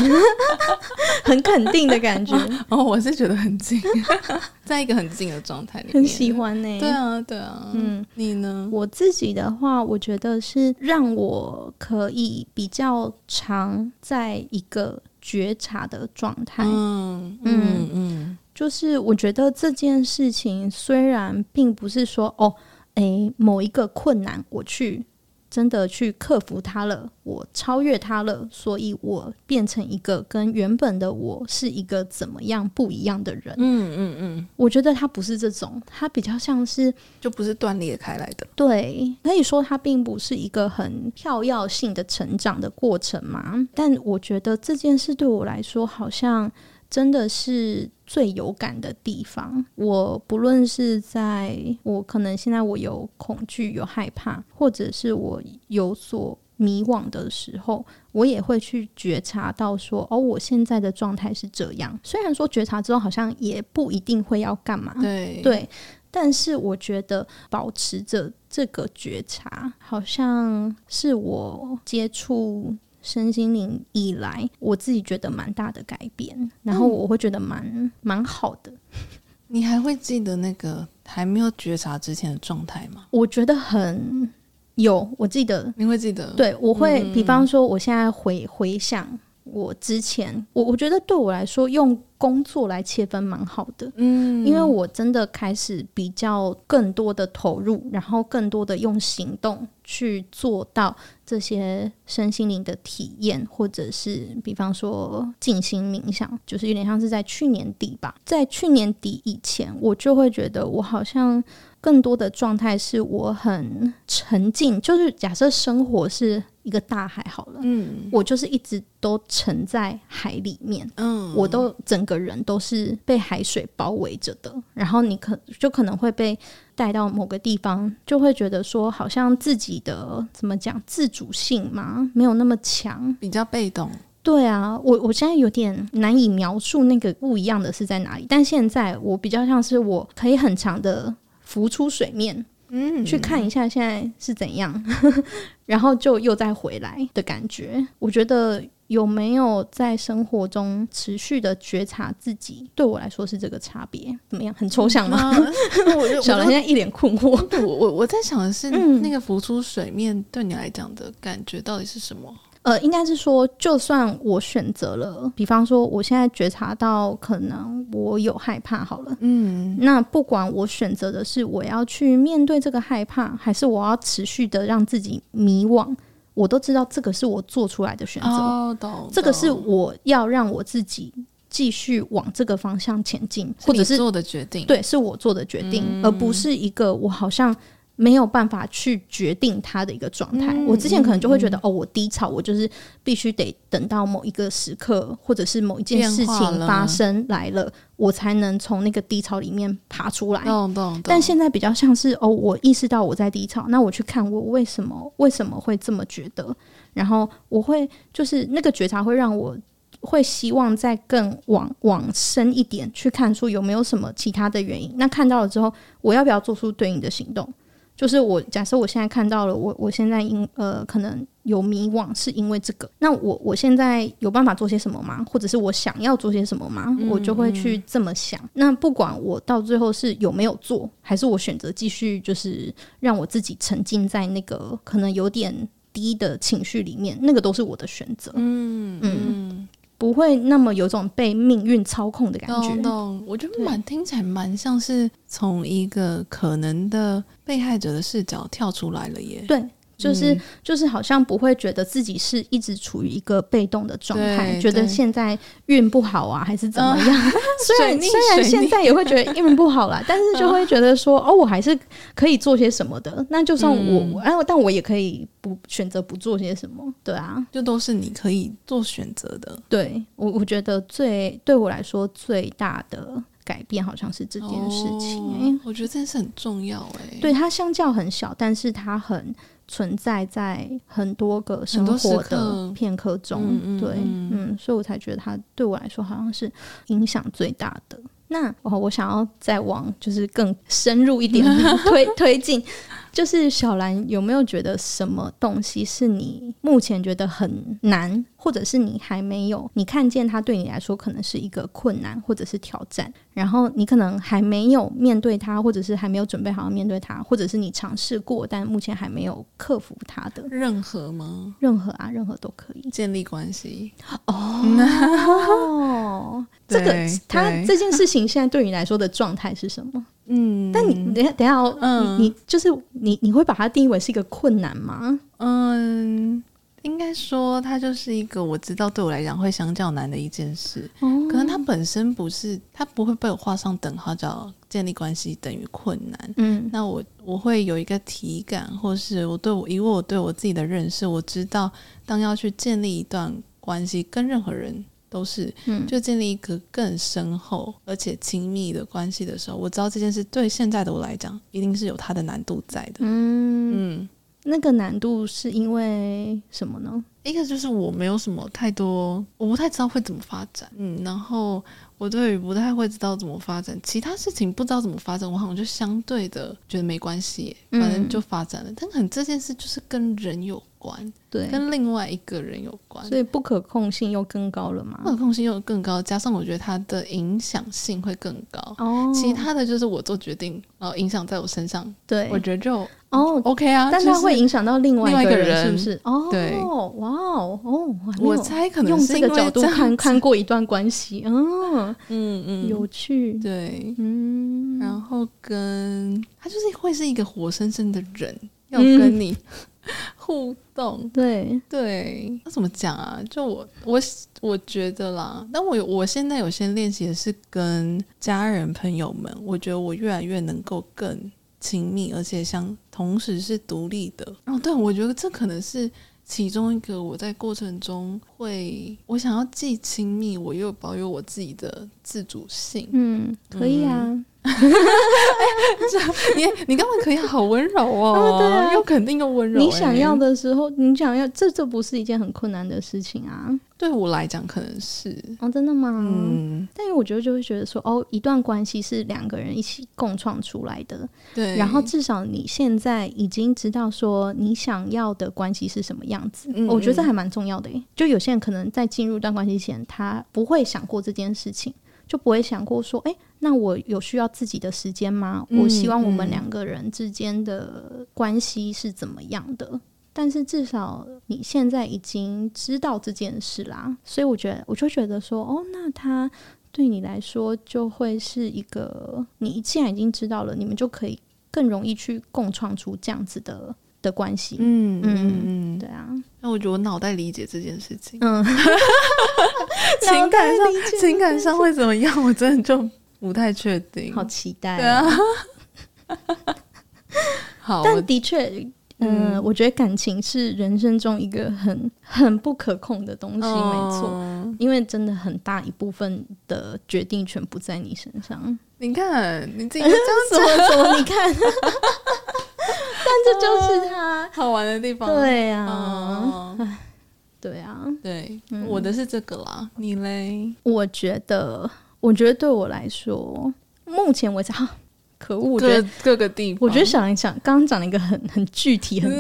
A: 很肯定的感觉，
B: 哦，我是觉得很近， 在一个很近的状态里面，
A: 很喜。欢呢、
B: 对啊，对啊，嗯，
A: 嗯，
B: 你呢？
A: 我自己的话，我觉得是让我可以比较常在一个觉察的状态。
B: 嗯
A: 嗯
B: 嗯嗯
A: 就是我觉得这件事情虽然并不是说哦，诶某一个困难我去真的去克服它了，我超越它了，所以我变成一个跟原本的我是一个怎么样不一样的人。
B: 嗯嗯嗯，
A: 我觉得它不是这种，它比较像是
B: 就不是断裂开来的。
A: 对，可以说它并不是一个很跳跃性的成长的过程嘛。但我觉得这件事对我来说，好像真的是最有感的地方。我不论是在我可能现在我有恐惧、有害怕，或者是我有所迷惘的时候，我也会去觉察到说，哦，我现在的状态是这样。虽然说觉察之后，好像也不一定会要干嘛，
B: 对，
A: 啊对，但是我觉得保持着这个觉察，好像是我接触身心灵以来，我自己觉得蛮大的改变，然后我会觉得蛮蛮好的。
B: 你还会记得那个还没有觉察之前的状态吗？
A: 我觉得很有，我记得
B: 你会记得？，
A: 对，我会，比
B: 嗯
A: 方说，我现在回回想我之前，我我觉得对我来说，用工作来切分蛮好的，
B: 嗯，
A: 因为我真的开始比较更多的投入，然后更多的用行动去做到这些身心灵的体验，或者是比方说静心冥想，就是有点像是在去年底吧，在去年底以前，我就会觉得我好像更多的状态是我很沉浸，就是假设生活是一个大海好了，
B: 嗯
A: 我就是一直都沉在海里面。
B: 嗯，
A: 我都整个人都是被海水包围着的，然后你可就可能会被带到某个地方，就会觉得说好像自己的怎么讲自主性嘛没有那么强。
B: 比较被动。
A: 对啊，我我现在有点难以描述那个不一样的是在哪里，但现在我比较像是我可以很长的浮出水面，
B: 嗯，
A: 去看一下现在是怎样， 然后就又再回来的感觉。我觉得有没有在生活中持续的觉察自己，对我来说是这个差别。怎么样？很抽象吗？
B: 啊， 我就
A: 小兰现在一脸困惑。
B: 我我我在想的是，
A: 嗯
B: 那个浮出水面对你来讲的感觉到底是什么？
A: 呃，应该是说，就算我选择了，比方说，我现在觉察到可能我有害怕好了。
B: 嗯
A: 那不管我选择的是我要去面对这个害怕，还是我要持续的让自己迷惘，我都知道这个是我做出来的选择。
B: 哦，懂，
A: 这个是
B: 懂
A: 我要让我自己继续往这个方向前进，或者
B: 你
A: 是
B: 做的决定。嗯
A: 对，是我做的决定，而不是一个我好像没有办法去决定它的一个状态。
B: 嗯
A: 我之前可能就会觉得，哦，我低潮，我就是必须得等到某一个时刻，或者是某一件事
B: 变化
A: 情
B: 了
A: 发生来了，我才能从那个低潮里面爬出来。
B: 懂懂懂。
A: 但现在比较像是哦，我意识到我在低潮，那我去看我为什么为什么会这么觉得，然后我会就是那个觉察会让我会希望再更往往深一点去看，说有没有什么其他的原因。那看到了之后，我要不要做出对应的行动？就是我假设我现在看到了，我我现在因呃可能有迷惘，是因为这个。那我我现在有办法做些什么吗？或者是我想要做些什么吗？我就会去这么想。那不管我到最后是有没有做，还是我选择继续，就是让我自己沉浸在那个可能有点低的情绪里面，那个都是我的选择。嗯嗯，不会那么有种被命运操控的感
B: 懂
A: 觉。
B: 懂，我觉得蛮听起来蛮像是从一个可能的被害者的视角跳出来了耶。
A: 对，就是、
B: 嗯
A: 就是好像不会觉得自己是一直处于一个被动的状态，
B: 对
A: 觉得
B: 对嗯
A: 现在运不好啊，还是怎么样？虽
B: 水
A: 然
B: 逆
A: 虽然
B: 水
A: 现
B: 逆嗯
A: 在也会觉得运不好啦，但是就会觉得说哦，我还是可以做些什么的。那就算我，
B: 嗯
A: 我哎、但我也可以不选择不做些什么。对啊，
B: 就都是你可以做选择的
A: 对我我觉得最对我来说最大的改变好像是这
B: 这
A: 件事情、
B: 哦
A: 哎
B: 我觉得这件事很重要哎。
A: 对，它相较很小，但是它很存在在很多个生
B: 很多时
A: 活的
B: 刻
A: 片刻中。
B: 嗯嗯
A: 对，
B: 嗯
A: 嗯，所以我才觉得它对我来说好像是影响最大的。那哦，我想要再往就是更深入一点 推推进，就是小兰有没有觉得什么东西是你目前觉得很难，或者是你还没有，你看见它对你来说可能是一个困难或者是挑战，然后你可能还没有面对它，或者是还没有准备好面对它，或者是你尝试过但目前还没有克服它的
B: 任何吗？
A: 任何啊，任何都可 以。
B: 建立关系
A: 哦，这个
B: 对
A: 它
B: 对
A: 这件事情现在对你来说的状态是什么？
B: 嗯，
A: 但你等一下等一下哦，
B: 嗯
A: 你你就是你你会把它定义为是一个困难吗？
B: 嗯，应该说它就是一个我知道对我来讲会相较难的一件事。
A: 嗯
B: 可能它
A: 哦
B: 本身不是，它不会被我画上等号，叫建立关系等于困难。
A: 嗯
B: 那我我会有一个体感，或是我对我以我对我自己的认识，我知道当要去建立一段关系，跟任何人都是，
A: 嗯
B: 就建立一个更深厚而且亲密的关系的时候，我知道这件事对现在的我来讲，一定是有它的难度在的。
A: 嗯，
B: 嗯，
A: 那个难度是因为什么呢？
B: 一个就是我没有什么太多，我不太知道会怎么发展，嗯，然后我对于不太会知道怎么发展，其他事情不知道怎么发展，我好像就相对的觉得没关系耶，
A: 嗯
B: 反正就发展了。但可能这件事就是跟人有关，
A: 对，
B: 跟另外一个人有关，
A: 所以不可控性又更高了嘛？
B: 可控性又更高，加上我觉得它的影响性会更高。
A: 哦，
B: 其他的就是我做决定，然后影响在我身上，
A: 对
B: 我觉得就
A: 哦，
B: OK 啊。
A: 但它
B: 就是
A: 会影响到另外
B: 另外一
A: 个
B: 个
A: 人，是
B: 人
A: 不是？哦，
B: 对
A: 哇哦，哦，还没
B: 我
A: 有
B: 猜可能
A: 用
B: 是
A: 这个
B: 因为
A: 角度
B: 这样
A: 看
B: 子
A: 看过一段关系，嗯，
B: 嗯嗯，
A: 有趣，
B: 对，
A: 嗯，
B: 然后跟他就是会是一个活生生的人，要
A: 嗯
B: 跟你互动。
A: 对，
B: 对，那怎么讲啊？就我我我觉得啦，但我有我现在有些练习的是跟家人朋友们，我觉得我越来越能够更亲密，而且相同时是独立的。哦，对，我觉得这可能是其中一个我在过程中会，我想要既亲密，我又保有我自己的自主性。
A: 嗯，可以啊，
B: 你你刚刚可以好温柔
A: 啊
B: 哦，
A: 对啊
B: 又肯定又温柔、
A: 你想要
B: 欸，
A: 的时候，你想要，这这不是一件很困难的事情啊，
B: 对我来讲可能是，
A: 哦，真的吗？
B: 嗯，
A: 但是我觉得就会觉得说，哦，一段关系是两个人一起共创出来的，
B: 对。
A: 然后至少你现在已经知道说你想要的关系是什么样子，
B: 嗯
A: 哦我觉得这
B: 嗯
A: 还蛮重要的耶。就有些人可能在进入一段关系前，他不会想过这件事情，就不会想过说，诶，那我有需要自己的时间吗？
B: 嗯
A: 我希望我们
B: 嗯
A: 两个人之间的关系是怎么样的？但是至少你现在已经知道这件事啦，所以我觉得我就觉得说，哦，那他对你来说就会是一个，你既然已经知道了，你们就可以更容易去共创出这样子的的关系。
B: 嗯
A: 嗯
B: 嗯嗯，
A: 对啊，
B: 那我觉得我脑袋理解这件事情，
A: 嗯，
B: 情感上
A: 理解
B: 情感上会怎么样，我
A: 哦
B: 真的就不太确定。
A: 好期待、
B: 对啊，啊 好，我
A: 但的确，嗯、
B: 嗯
A: 我觉得感情是人生中一个很很不可控的东西，嗯没错。
B: 哦
A: 因为真的很大一部分的决定权不在你身上，
B: 你看你自己就这样
A: 怎么怎么你看， 但这就是他，
B: 好玩的地方。
A: 对啊，
B: 哦，
A: 对啊，
B: 对，我的是这个啦，你嘞？
A: 我觉得，我觉得对我来说，目前为止，哈、可恶，我觉得，
B: 各各个地方，
A: 我觉得想一想，刚刚讲了一个很很具体、 很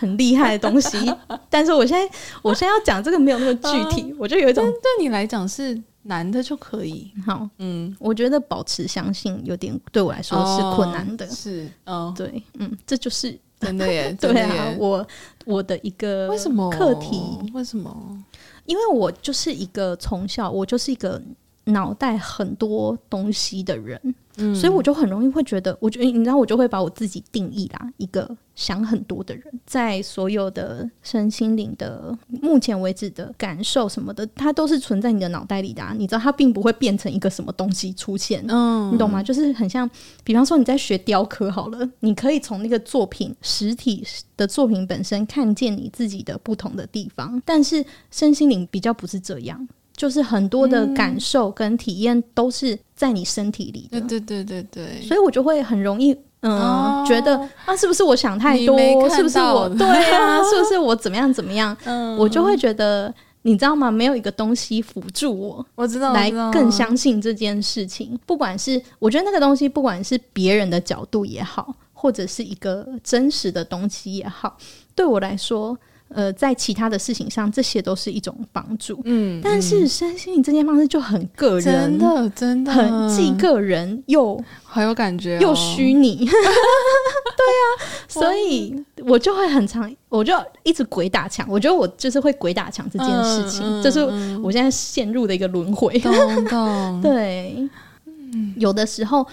A: 很厉害的东西，但是我现在我现在要讲这个没有那么具
B: 哦
A: 体，我就有一种
B: 对你来讲是男的就可以，
A: 好，
B: 嗯，
A: 我觉得保持相信有点对我来说是困难的，
B: 哦是哦，
A: 对，嗯，这就是
B: 真的 耶，真
A: 对
B: 的
A: 啊，
B: 耶。
A: 我我的一个
B: 为什么
A: 课题？
B: 为什么？
A: 因为我就是一个从小我就是一个脑袋很多东西的人，
B: 嗯
A: 所以我就很容易会觉得，我觉得你知道，我就会把我自己定义啦，一个想很多的人，在所有的身心灵的目前为止的感受什么的，它都是存在你的脑袋里的、啊，你知道，它并不会变成一个什么东西出现。
B: 嗯
A: 你懂吗？就是很像，比方说你在学雕刻好了，你可以从那个作品实体的作品本身看见你自己的不同的地方，但是身心灵比较不是这样，就是很多的
B: 嗯
A: 感受跟体验都是在你身体里的，
B: 对对对对对，
A: 所以我就会很容易。嗯，
B: 哦
A: 觉得啊，是不是我想太多
B: 你没？看
A: 是不是
B: 到
A: 我对 啊？是不是我怎么样怎么样？
B: 嗯
A: 我就会觉得，你知道吗？没有一个东西辅助我，
B: 我知道，
A: 来
B: 我知道
A: 更相信这件事情。不管是我觉得那个东西，不管是别人的角度也好，或者是一个真实的东西也好，对我来说，呃，在其他的事情上，这些都是一种帮助。
B: 嗯，
A: 但是身心灵这件方式就很个人，
B: 真的真的
A: 很既个人又
B: 好有感觉哦，
A: 又虚拟。 对啊，所以我就会很常，我就一直鬼打墙。我觉得我就是会鬼打墙这件事情，
B: 嗯嗯
A: 这是我现在陷入的一个轮回。
B: 懂懂，
A: 对，
B: 嗯
A: 有的时候，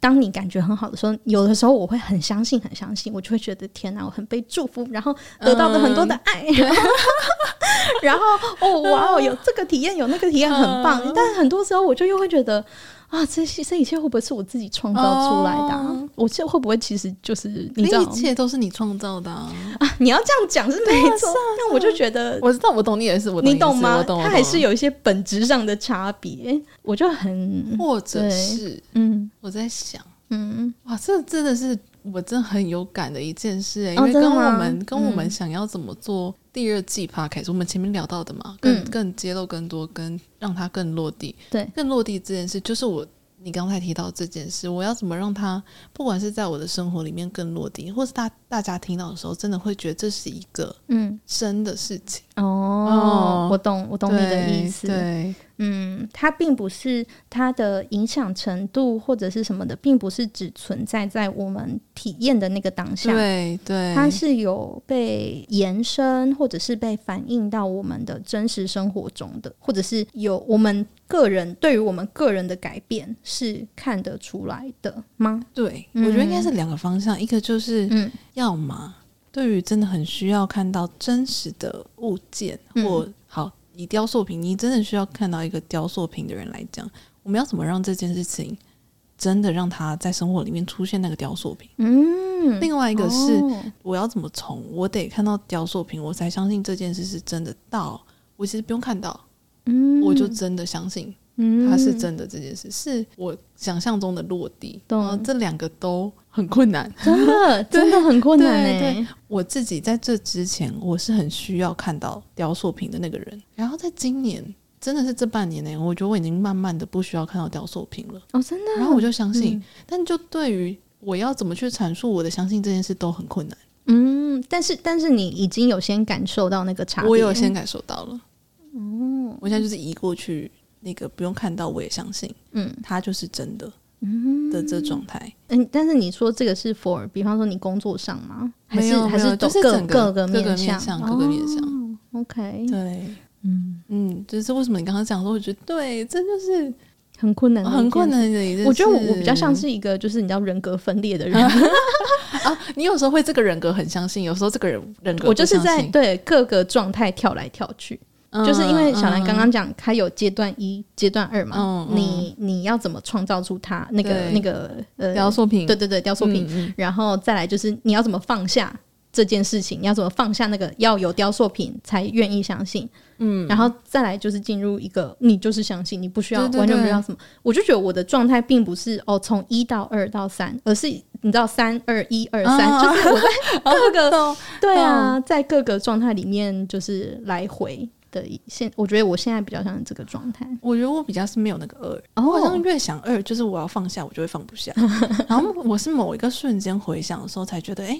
A: 当你感觉很好的时候，有的时候我会很相信，很相信，我就会觉得天哪，我很被祝福，然后得到了很多的爱，
B: 嗯
A: 然后哦哇哦，有这个体验，有那个体验，很棒。
B: 嗯
A: 但很多时候我就又会觉得。啊，这些这一切会不会是我自己创造出来的、啊？
B: 哦
A: 我这会不会其实就是 你
B: 那
A: 知道
B: 一切都是你创造的啊。
A: 啊？ 你要这样讲是没错，但我就觉得
B: 我知道，我懂你也啊是，我
A: 你
B: 你
A: 懂
B: 意思
A: 吗？
B: 我懂，我
A: 它还
B: 懂
A: 是有一些本质上的差别，我就很
B: 或者
A: 对
B: 是
A: 嗯
B: 我在想，
A: 嗯
B: 哇，这真的是我真的很有感的一件事、欸，因
A: 哦
B: 为
A: 真
B: 跟
A: 的
B: 我
A: 吗
B: 们、跟我们
A: 嗯
B: 想要怎么做第二季 podcast，我们前面聊到的嘛，更、
A: 嗯
B: 更揭露更多，跟让它更落地，
A: 对，
B: 更落地这件事，就是我你刚才提到这件事，我要怎么让它，不管是在我的生活里面更落地，或是大大家听到的时候，真的会觉得这是一个
A: 嗯，
B: 真的事情，哦
A: 哦，我懂，我懂你的
B: 对
A: 意思。
B: 对，
A: 嗯，它并不是它的影响程度或者是什么的，并不是只存在在我们体验的那个当下，
B: 对对，
A: 它是有被延伸或者是被反映到我们的真实生活中的，或者是有我们个人对于我们个人的改变是看得出来的吗？
B: 对，
A: 嗯
B: 我觉得应该是两个方向，一个就是
A: 嗯
B: 要么对于真的很需要看到真实的物件，
A: 嗯
B: 或好以雕塑品，你真的需要看到一个雕塑品的人来讲，我们要怎么让这件事情真的让它在生活里面出现那个雕塑品？
A: 嗯，
B: 另外一个是、
A: 哦
B: 我要怎么从我得看到雕塑品，我才相信这件事是真的到。我其实不用看到，
A: 嗯，
B: 我就真的相信它是真的。这件事、是我想象中的落地。
A: 嗯懂
B: 然后这两个都很困难。
A: 真的真的很困难
B: 对
A: 哎、
B: 对我自己在这之前，我是很需要看到雕塑品的那个人。然后在今年，真的是这半年内，我觉得我已经慢慢的不需要看到雕塑品了。
A: 哦，真的。
B: 然后我就相信，
A: 嗯
B: 但就对于我要怎么去阐述我的相信这件事都很困难。
A: 嗯，但是但是你已经有先感受到那个差别，嗯
B: 我有先感受到了，哦，我现在就是移过去那个不用看到，我也相信
A: 嗯
B: 它就是真的
A: 嗯
B: 的这状态。
A: 嗯，但是你说这个是 for，比方说你工作上吗？还
B: 没
A: 是
B: 有
A: 还
B: 没有
A: 都
B: 就是
A: 各
B: 整个
A: 各
B: 各个
A: 面
B: 面向，各个面向。
A: 哦 OK，
B: 对，
A: 嗯，
B: 嗯，就是为什么你刚刚讲说，我觉得对，这就是
A: 很困难，
B: 很困。难的一件事。
A: 嗯我觉得我我比较像是一个就是你知道人格分裂 的人，
B: 啊，你有时候会这个人格很相信，有时候这个人人格
A: 我就是
B: 不相
A: 在
B: 信
A: 对各个状态跳来跳去。
B: 嗯
A: 就是因为小兰刚
B: 嗯
A: 刚讲，它有阶段一、阶段二嘛，
B: 嗯嗯
A: 你你要怎么创造出它那个
B: 对
A: 那个呃
B: 嗯雕塑品，
A: 对对对，雕塑品，
B: 嗯，嗯
A: 然后再来就是你要怎么放下这件事情，你要怎么放下那个要有雕塑品才愿意相信，
B: 嗯
A: 然后再来就是进入一个你就是相信，你不需要
B: 对对
A: 完全不
B: 对
A: 需要什么。我就觉得我的状态并不是哦从一到二到三，而是你知道三二一二三，
B: 啊
A: 就是 我在各个
B: 懂
A: 对啊，
B: 嗯
A: 在各个状态里面就是来回的一现，我觉得我现在比较像是这个状态。
B: 我觉得我比较是没有那个二，
A: 哦
B: 我好像越想二，就是我要放下，我就会放不 下。然后我是某一个瞬间回想的时候，才觉得，哎、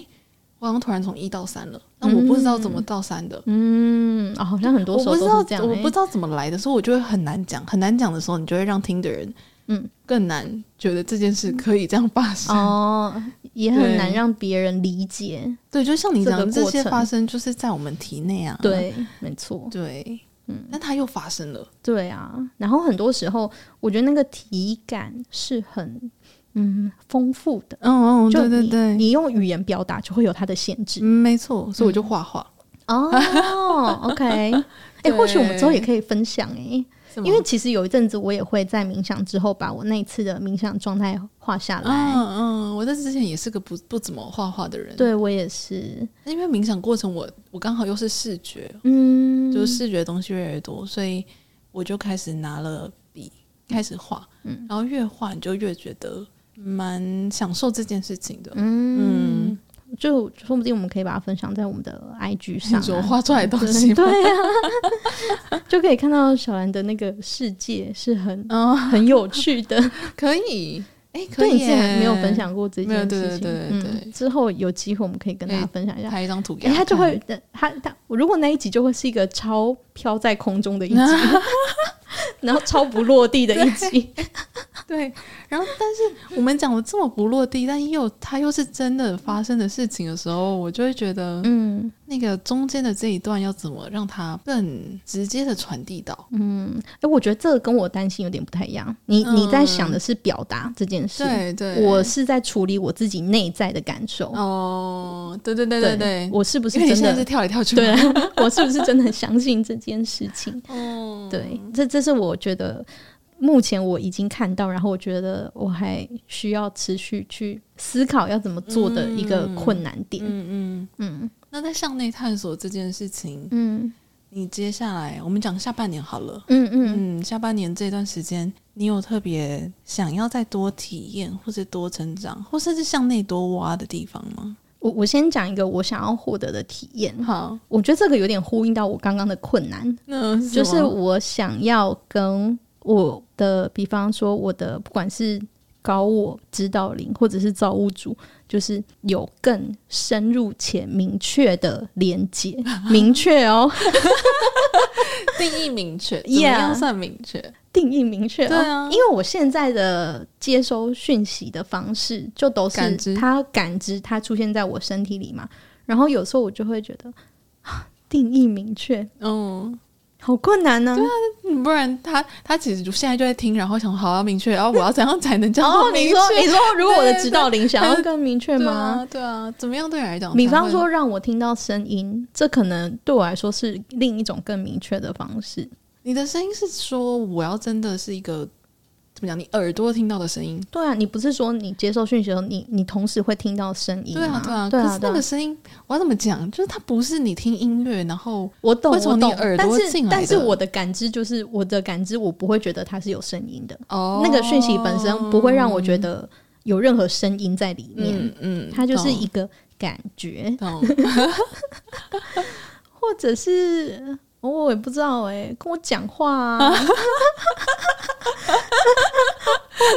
B: 我好像突然从一到三了，但我不知道怎么到三的。
A: 嗯，哦，好像嗯很多
B: 我
A: 时候
B: 不知
A: 都
B: 道
A: 是这，样、欸
B: 我不知
A: 道，
B: 道怎么来的，所以我就会很难讲，很难讲的时候，你就会让听的人
A: 嗯，
B: 更难觉得这件事可以这样发生。
A: 哦，也很
B: 对
A: 难让别人理解。
B: 对，就像你讲
A: 这
B: 的，
A: 个
B: 这
A: 过程
B: 些发生就是在我们体内啊。
A: 对，没错，
B: 对，
A: 嗯
B: 但它又发生了。
A: 对啊。然后很多时候，我觉得那个体感是很嗯丰富的。
B: 嗯嗯，
A: 就
B: 对对
A: 你
B: 对，
A: 你用语言表达就会有它的限制
B: 嗯，没错。所以我就画画，
A: 哦。OK，哎、 或许我们之后也
B: 嗯对
A: 可以分享哎、
B: 是吗
A: 因为其实有一阵子我也会在冥想之后把我那一次的冥想状态画下来。
B: 嗯嗯，我在之前也是个不不怎么画画的人，，
A: 对我也是，
B: 因为冥想过程我我刚好又是视觉，
A: 嗯，
B: 就是视觉的东西越来越多，所以我就开始拿了笔开始画，
A: 嗯
B: 然后越画你就越觉得蛮享受这件事情的。
A: 嗯，
B: 嗯
A: 就说不定我们可以把它分享在我们的 IG 上、
B: 你
A: 啊，
B: 说画出来的东西
A: 对
B: 吗，
A: 对啊， 就可以看到小兰的那个世界是很
B: 嗯，
A: 很有趣 的。
B: 可以，哎，可
A: 对
B: 以
A: 你之前
B: 耶
A: 没有分享过这
B: 没有
A: 件事情，
B: 对对对对
A: 嗯，之后有机会我们可以跟大家分享一下。
B: 拍一张图给
A: 哎、他就
B: 看
A: 会，他他，如果那一集就会是一个超飘在空中 的一集， 然后超不落地的一集，
B: 对，然后但是我们讲的这么不落地，但也有它又是真的发生的事情的时候，我就会觉得，
A: 嗯。
B: 那个中间的这一段要怎么让它更直接的传递到？
A: 嗯，哎、我觉得这个跟我担心有点不太一样。你你在想的是表达这件事，
B: 嗯对
A: 我是在处理我自己内在的感受。
B: 哦，对对对对对，
A: 我是不是
B: 因为你
A: 真
B: 现在
A: 的？
B: 是跳来跳 去，
A: 对，，啊我是不是真的相信这件事情？
B: 哦，
A: 对，这这是我觉得目前我已经看到，然后我觉得我还需要持续去思考要怎么做的一个困难点。
B: 嗯嗯。
A: 嗯
B: 那在向内探索这件事情，
A: 嗯
B: 你接下来我们讲下半年好了。
A: 嗯嗯
B: 嗯，下半年这段时间，你有特别想要再多体验，或者多成长，或甚至向内多挖的地方吗？
A: 我我先讲一个我想要获得的体验。
B: 好，
A: 我觉得这个有点呼应到我刚刚的困难，
B: 那
A: 就
B: 就 是
A: 我想要跟我的，比方说我的，不管是高我、指导灵或者是造物主，就是有更深入且明确的连 接，明确哦，
B: 定义明确，怎么样
A: Yeah
B: 算明确？
A: 定义明确、哦。
B: 对啊
A: 因为我现在的接收讯息的方式，就都
B: 感
A: 是
B: 知
A: 它感知它出现在我身体里嘛，然后有时候我就会觉得， 啊定义明确
B: 嗯，
A: 好困难呢、
B: 嗯不然他他其实就现在就在听，然后想好要明确，然哦后我要怎样才能叫
A: 哦
B: 做，明
A: 你
B: 确？
A: 说你说，如果我的指导灵想要
B: 对
A: 更明确
B: 对
A: 吗？
B: 啊，对啊，怎么样对你来讲？
A: 比方说，，让我听到声音，这可能对我来说是另一种更明确的方式。
B: 你的声音是说我要真的是一个怎么讲？你耳朵听到的声音，
A: 对啊，你不是说你接受讯息的时候，你你同时会听到声音
B: 对啊
A: 吗？，
B: 对啊。
A: 对
B: 可
A: 啊，
B: 是那
A: 对
B: 个
A: 啊
B: 声音，我要怎么讲？就是它不是你听音乐，然后
A: 我懂，
B: 会从
A: 我
B: 你
A: 懂
B: 耳
A: 但
B: 朵
A: 是
B: 进来
A: 但是
B: 的
A: 我的感知就是我的感知，我不会觉得它是有声音的。
B: 哦
A: 那个讯息本身不会让我觉得有任何声音在里面，
B: 嗯嗯，
A: 它就是
B: 懂
A: 一个感觉。
B: 懂
A: 或者是哦我也不知道哎、跟我讲话啊， 或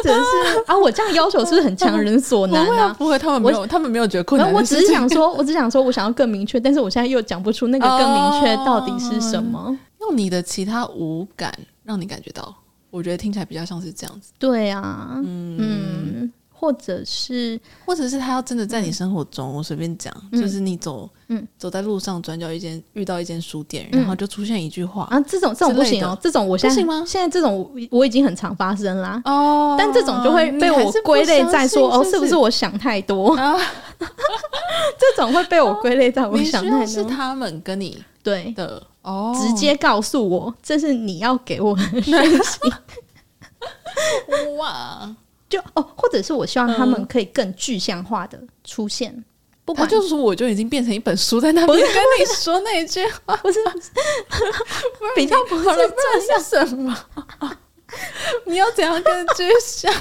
A: 者是啊，我这样要求是不是很强人所
B: 不
A: 难
B: 会啊，
A: 啊？
B: 不会，他们没有，他们没有觉得困
A: 然后
B: 难。
A: 我只是想说， 我只想说我想要更明确，但是我现在又讲不出那个更明确到底是什么。
B: 用你的其他五感让你感觉到，我觉得听起来比较像是这样子，
A: 对啊，
B: 嗯
A: 嗯，或者是
B: 或者是他要真的在你生活中，我随便讲，
A: 嗯
B: 就是你走，
A: 嗯
B: 走在路上转角一间遇到一间书店，
A: 嗯
B: 然后就出现一句话，
A: 啊，这种这种不行
B: 之类
A: 哦
B: 的，
A: 这种我现在
B: 不行吗
A: 现在这种我我已经很常发生啦。
B: 哦
A: 但这种就会被我归类在说哦，是不是
B: 我？
A: 我想太多？
B: 啊
A: 这种会被我归类在我
B: 你
A: 想
B: 需
A: 太
B: 要是
A: 多。
B: 他们跟你
A: 对
B: 的哦，
A: 直接告诉我这是你要给我的讯息，
B: 哇，
A: 就哦，或者是我希望他们可以更具象化的出现，不
B: 他
A: 管
B: 就是我就已经变成一本书在那边跟你说那一句话，
A: 不是比较不是
B: 好了，不然是什么？ 你要怎样更具象？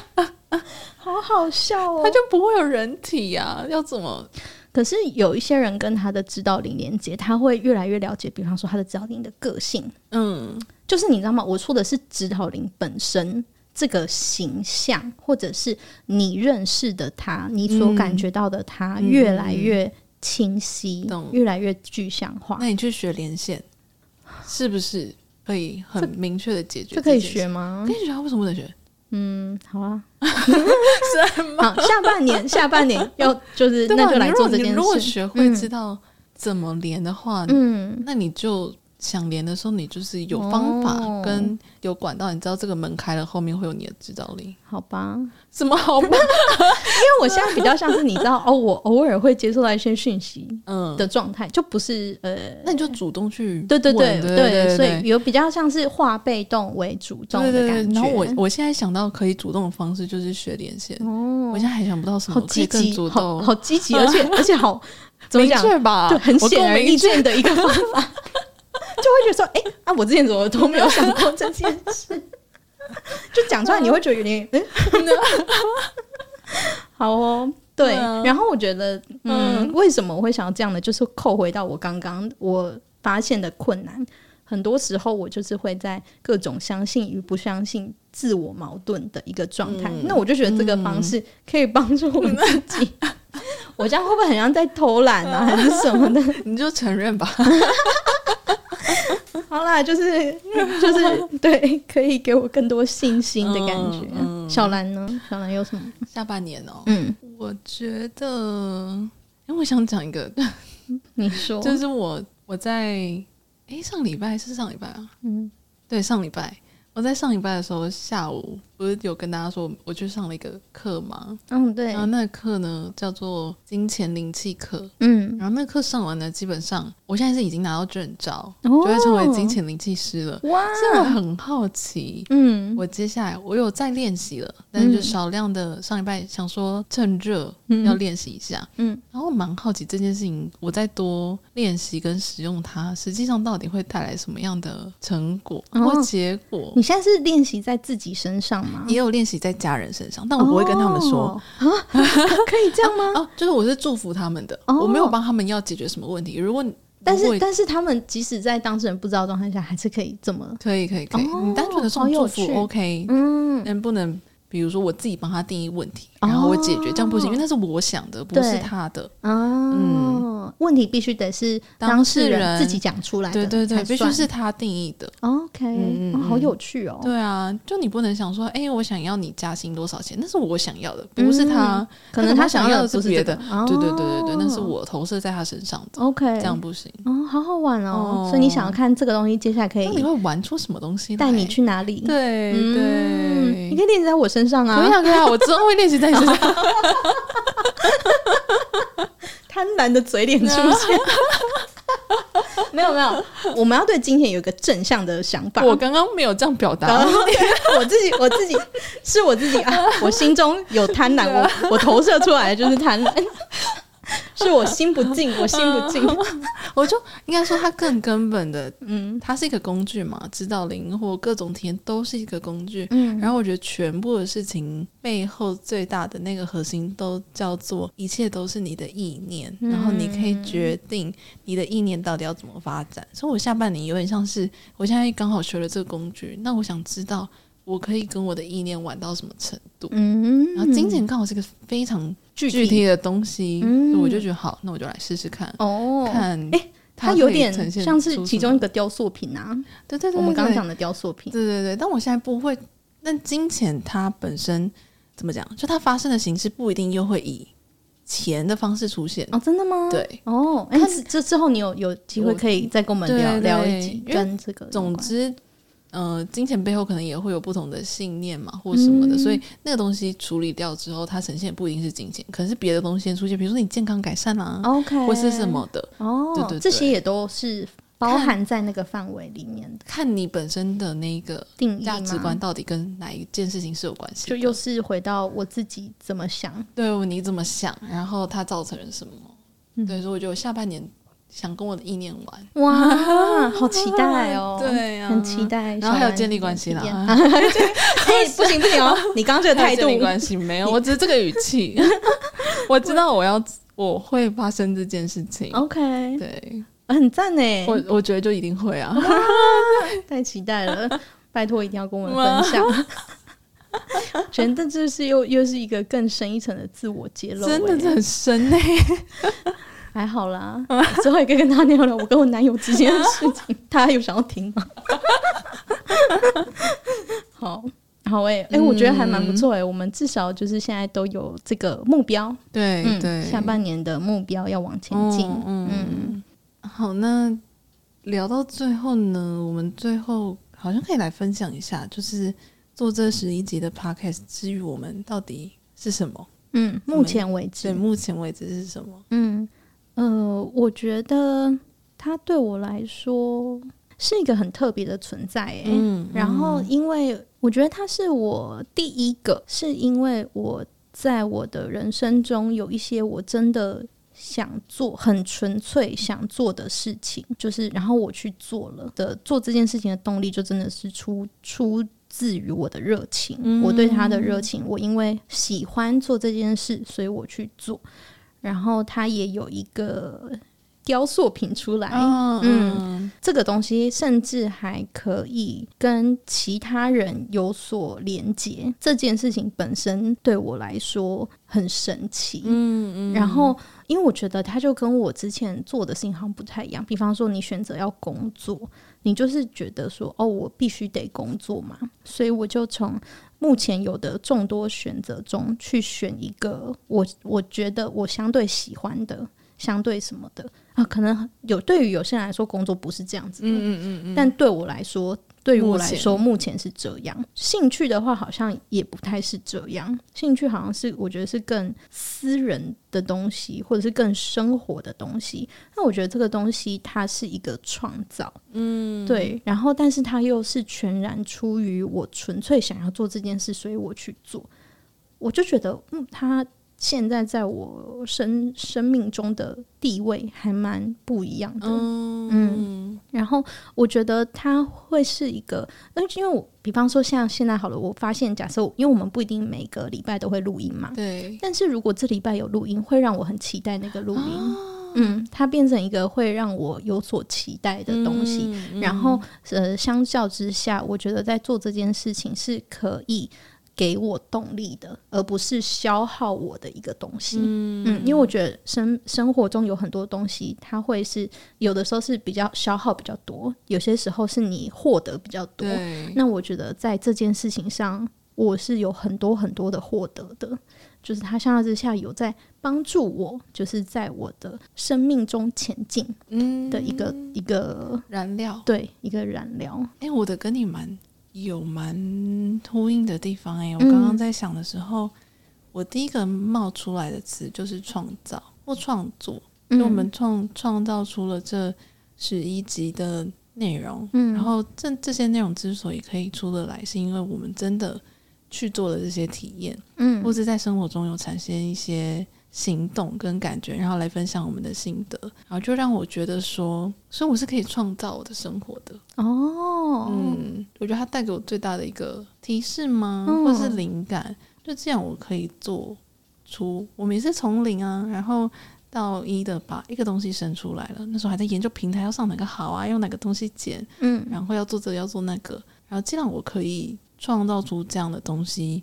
A: 好好笑哦
B: 他就不会有人体啊，要怎么？
A: 可是有一些人跟他的指导灵连接，他会越来越了解，比方说他的指导灵的个性，
B: 嗯，
A: 就是你知道吗？我说的是指导灵本身这个形象，或者是你认识的他，你所感觉到的他、
B: 嗯
A: 越来越清晰，
B: 懂
A: 越来越具象化。
B: 那你去学连线，是不是可以很明确的解决？
A: 这可以学，吗
B: 可？以学啊？为什么不能学？
A: 嗯，好啊。 好，下半年下半年要就是
B: 对吧啊
A: 那就来做这
B: 你
A: 件
B: 如果你如果
A: 事。
B: 学会知道怎么连的话，
A: 嗯，
B: 那你就想连的时候，你就是有方法
A: 哦
B: 跟有管道，你知道这个门开了，后面会有你的指导力。
A: 好吧。
B: 什么 好不？
A: 因为我现在比较像是你知道哦，我偶尔会接触到一些讯息，
B: 嗯，
A: 的状态，就不是呃，
B: 那你就主动去问。
A: 对对对
B: 对
A: 对，
B: 对，
A: 所以有比较像是化被动为主动
B: 对
A: 的
B: 对
A: 感
B: 对。
A: 觉。
B: 然后我我现在想到可以主动的方式就是学连线，
A: 哦
B: 我现在还想不到什
A: 好
B: 么可
A: 积
B: 以更
A: 极
B: 主，
A: 好
B: 动，
A: 好积极， 而且而且好怎么
B: 明
A: 讲，
B: 确吧？
A: 就很
B: 我跟
A: 显
B: 我
A: 而
B: 一
A: 易
B: 致
A: 见的一个 方法，就会觉得说，哎啊，我之前怎么都没有想过这件事， 就讲出来你会觉得有点嗯， 好哦。对，
B: 对啊
A: 然后我觉得，嗯，
B: 嗯
A: 为什么我会想要这样呢？就是扣回到我刚刚我发现的困难，很多时候我就是会在各种相信与不相信自我矛盾的一个状态。那我就觉得这个方式
B: 嗯
A: 可以帮助我自己。 我这样会不会很像在偷懒
B: 嗯
A: 啊，还是什么 的？
B: 你就承认吧。
A: 好啦，就是就是对，可以给我更多信心的感觉。
B: 嗯嗯
A: 小兰呢？小兰有什么？
B: 下半年哦，
A: 嗯，
B: 我觉得，因为我想讲一个，
A: 你说，
B: 就是我我在诶上礼拜是上礼拜啊，
A: 嗯
B: 对，上礼拜我在上礼拜的时候下午不是有跟大家说我去上了一个课嘛，
A: 嗯，对
B: 然，后那个课呢叫做金钱灵气课，
A: 嗯，
B: 然后那个课上完呢，基本上我现在是已经拿到证照，
A: 哦
B: 就会成为金钱灵气师了，
A: 哇，
B: 所以我很好奇，
A: 嗯，
B: 我接下来我有在练习了，但是就少量的上礼拜想说趁热要练习一下，
A: 嗯，
B: 然后我蛮好奇这件事情，我再多练习跟使用它，实际上到底会带来什么样的成果
A: 哦
B: 或结果？
A: 你现在是练习在自己身上吗？
B: 也有练习在家人身上，但我不会跟他们说
A: 哦啊， 可以这样吗？
B: 哦、就是我是祝福他们的，
A: 哦
B: 我没有帮他们要解决什么问题。如果
A: 但
B: 如果
A: 是但是他们即使在当事人不知道的状态下，还是可以这么，
B: 可以可以可以，
A: 哦
B: 你单纯的送
A: 好
B: 祝
A: 有
B: 福
A: 趣
B: OK，
A: 嗯，
B: 能不能比如说我自己帮他定义问题，
A: 哦
B: 然后我解决，这样不行，因为那是我想的，不是
A: 对
B: 他的。
A: 哦，问题必须得是
B: 当
A: 当
B: 事
A: 事
B: 人
A: 人自己讲出来
B: 对
A: 的，
B: 对对，必须是他定义的。嗯嗯
A: OK，哦
B: 嗯
A: 好有趣哦，
B: 对啊，就你不能想说，哎、我想要你加薪多少钱，那是我想要的，不是他。
A: 可能他想要的
B: 是
A: 不
B: 别
A: 这
B: 的
A: 个，
B: 对对对对对，
A: 哦
B: 那是我投射在他身上的，
A: OK，
B: 这样不行。
A: 哦，好好玩哦
B: 哦！
A: 所以你想要看这个东西接下来可
B: 那你
A: 以
B: 会玩出什么东西来？
A: 带你去哪里？
B: 对
A: 嗯
B: 对，
A: 你可以练习在我身上
B: 可以
A: 啊！
B: 啊可以啊，我之后会练习在你身上。
A: 贪婪的嘴脸出现。 没有没有，我们要对金钱有一个正向的想法。
B: 我刚刚没有这样表
A: 然
B: 达，
A: 后哦我自己我自己是我自己啊，我心中有贪婪，我我投射出来的就是贪婪，是我心不静，我心不静。
B: 我就应该说它更根本的，
A: 嗯
B: 它是一个工具嘛，指导灵或各种体验都是一个工具。
A: 嗯，
B: 然后我觉得全部的事情背后最大的那个核心都叫做一切都是你的意念，
A: 嗯
B: 然后你可以决定你的意念到底要怎么发展。所以我下半年有点像是我现在刚好学了这个工具，那我想知道我可以跟我的意念玩到什么程度。
A: 嗯
B: 然后金钱刚好是个非常
A: 具
B: 具体的东西，
A: 嗯
B: 所以我就觉得好，那我就来试试看，
A: 哦，
B: 看
A: 诶
B: 它
A: 它有
B: 可以
A: 点
B: 呈现
A: 像
B: 出
A: 是
B: 什
A: 其
B: 么
A: 中一个雕塑品啊，
B: 对对对，
A: 我们
B: 对
A: 刚刚
B: 对
A: 讲的雕塑品。
B: 对对对，但我现在不会。但金钱它本身怎么讲？就它发生的形式不一定又会以钱的方式出现。
A: 哦，真的吗？。
B: 对，
A: 哦，哎、
B: 看
A: 这这之后你有有机会可以再跟我们
B: 我
A: 聊
B: 对
A: 聊
B: 对
A: 一集
B: 因为
A: 跟这个有
B: 总
A: 关
B: 之，呃，金钱背后可能也会有不同的信念嘛，或什么的。
A: 嗯
B: 所以那个东西处理掉之后，它呈现不一定是金钱，可能是别的
A: 哦
B: 东西先出现，比如说你健康改善啦、啊
A: OK
B: 或是什么的。
A: 哦，
B: 对对对
A: 这些也都是包含在那个范围里面的
B: 看你本身的那个
A: 定义
B: 价值
A: 吗
B: 观到底跟哪一件事情是有关系
A: 就
B: 的，
A: 又是回到我自己怎么 想，
B: 对你怎么想，然后它造成了什么。
A: 嗯
B: 对，所以我觉得我下半年想跟我的意念玩，
A: 哇，好期待哦！
B: 对啊
A: 很期待。
B: 然后还有建立关系啦
A: 啦， 哎，不行不行哦，你刚刚这个态
B: 太
A: 度
B: 建立关系没有，我只是这个语 气，我知道我要我会发生这件事情。
A: 哦，OK，
B: 对，
A: 很赞哎，
B: 我我觉得就一定会
A: 哦
B: 啊。
A: 太期待 了，拜托一定要跟我们分 享。觉得这是又又是一个更深一层的自我揭露、
B: 真的
A: 哎
B: 是很深欸呢、
A: 还好啦。最后一个跟他聊聊我跟我男友之间的事情，他有想要听吗？ 好，好哎、哎、我觉得还蛮不错哎、
B: 嗯
A: 我们至少就是现在都有这个目标，
B: 对、
A: 嗯，
B: 对，
A: 下半年的目标要往前进，
B: 嗯
A: 嗯
B: 嗯好，那聊到最后呢，我们最后好像可以来分享一下，就是做这十一集的 podcast 之于我们到底是什么？
A: 嗯，目前为止
B: 所以，目前为止是什么？
A: 嗯，呃，我觉得它对我来说是一个很特别的存在、欸，
B: 嗯
A: 然后，因为我觉得它是我第一个，是因为我在我的人生中有一些我真的想做，很纯粹想做的事情，就是然后我去做了的，做这件事情的动力就真的是出出。自于我的热情，
B: 嗯
A: 我对它的热情，我因为喜欢做这件事，所以我去做。然后它也有一个雕塑品出来，
B: 嗯嗯
A: 这个东西甚至还可以跟其他人有所连接，这件事情本身对我来说很神奇。
B: 嗯嗯，
A: 然后，因为我觉得它就跟我之前做的事情好像不太一样。比方说，你选择要工作，你就是觉得说，哦，我必须得工作嘛，所以我就从目前有的众多选择中去选一个我我觉得我相对喜欢的，相对什么的啊，可能有对于有些人来说，工作不是这样子的，
B: 嗯嗯嗯嗯，
A: 但对我来说，对于我来
B: 目前
A: 说，目前是这样。兴趣的话，好像也不太是这样。兴趣好像是我觉得是更私人的东西，或者是更生活的东西。那我觉得这个东西它是一个创造，嗯，对。然后，但是它又是全然出于我纯粹想要做这件事，所以我去做。我就觉得，嗯，它现在在我生生命中的地位还蛮不一样的，
B: 嗯
A: 然后我觉得它会是一个，因为因为我比方说像现在好了，我发现假设我因为我们不一定每个礼拜都会录音嘛，
B: 对，
A: 但是如果这礼拜有录音，会让我很期待那个录音。
B: 哦
A: 嗯，它变成一个会让我有所期待的东西。
B: 嗯
A: 然后呃，相较之下，我觉得在做这件事情是可以给我动力的，而不是消耗我的一个东西。嗯因为我觉得生生活中有很多东西，它会是有的时候是比较消耗比较多，有些时候是你获得比较多。
B: 对，
A: 那我觉得在这件事情上，我是有很多很多的获得的，就是他相较之下有在帮助我，就是在我的生命中前进
B: 嗯
A: 的一个、一个
B: 燃料。
A: 对一个燃料。
B: 哎、我的跟你蛮有蛮呼应的地方哎、我
A: 嗯
B: 刚刚在想的时候，我第一个冒出来的词就是创造或创作，
A: 嗯
B: 因为我们创创造出了这十一集的内容，
A: 嗯
B: 然后这这些内容之所以可以出得来，是因为我们真的去做了这些体验，
A: 嗯
B: 或是在生活中有产生一些行动跟感觉，然后来分享我们的心得，然后就让我觉得说，所以我是可以创造我的生活的。
A: 哦，
B: 嗯，我觉得它带给我最大的一个提示吗，
A: 嗯
B: 或是灵感，就这样我可以做出，我们也是从零啊，然后到一的把一个东西生出来了。那时候还在研究平台要上哪个好啊，用哪个东西剪，
A: 嗯
B: 然后要做这个要做那个，然后既然我可以创造出这样的东西，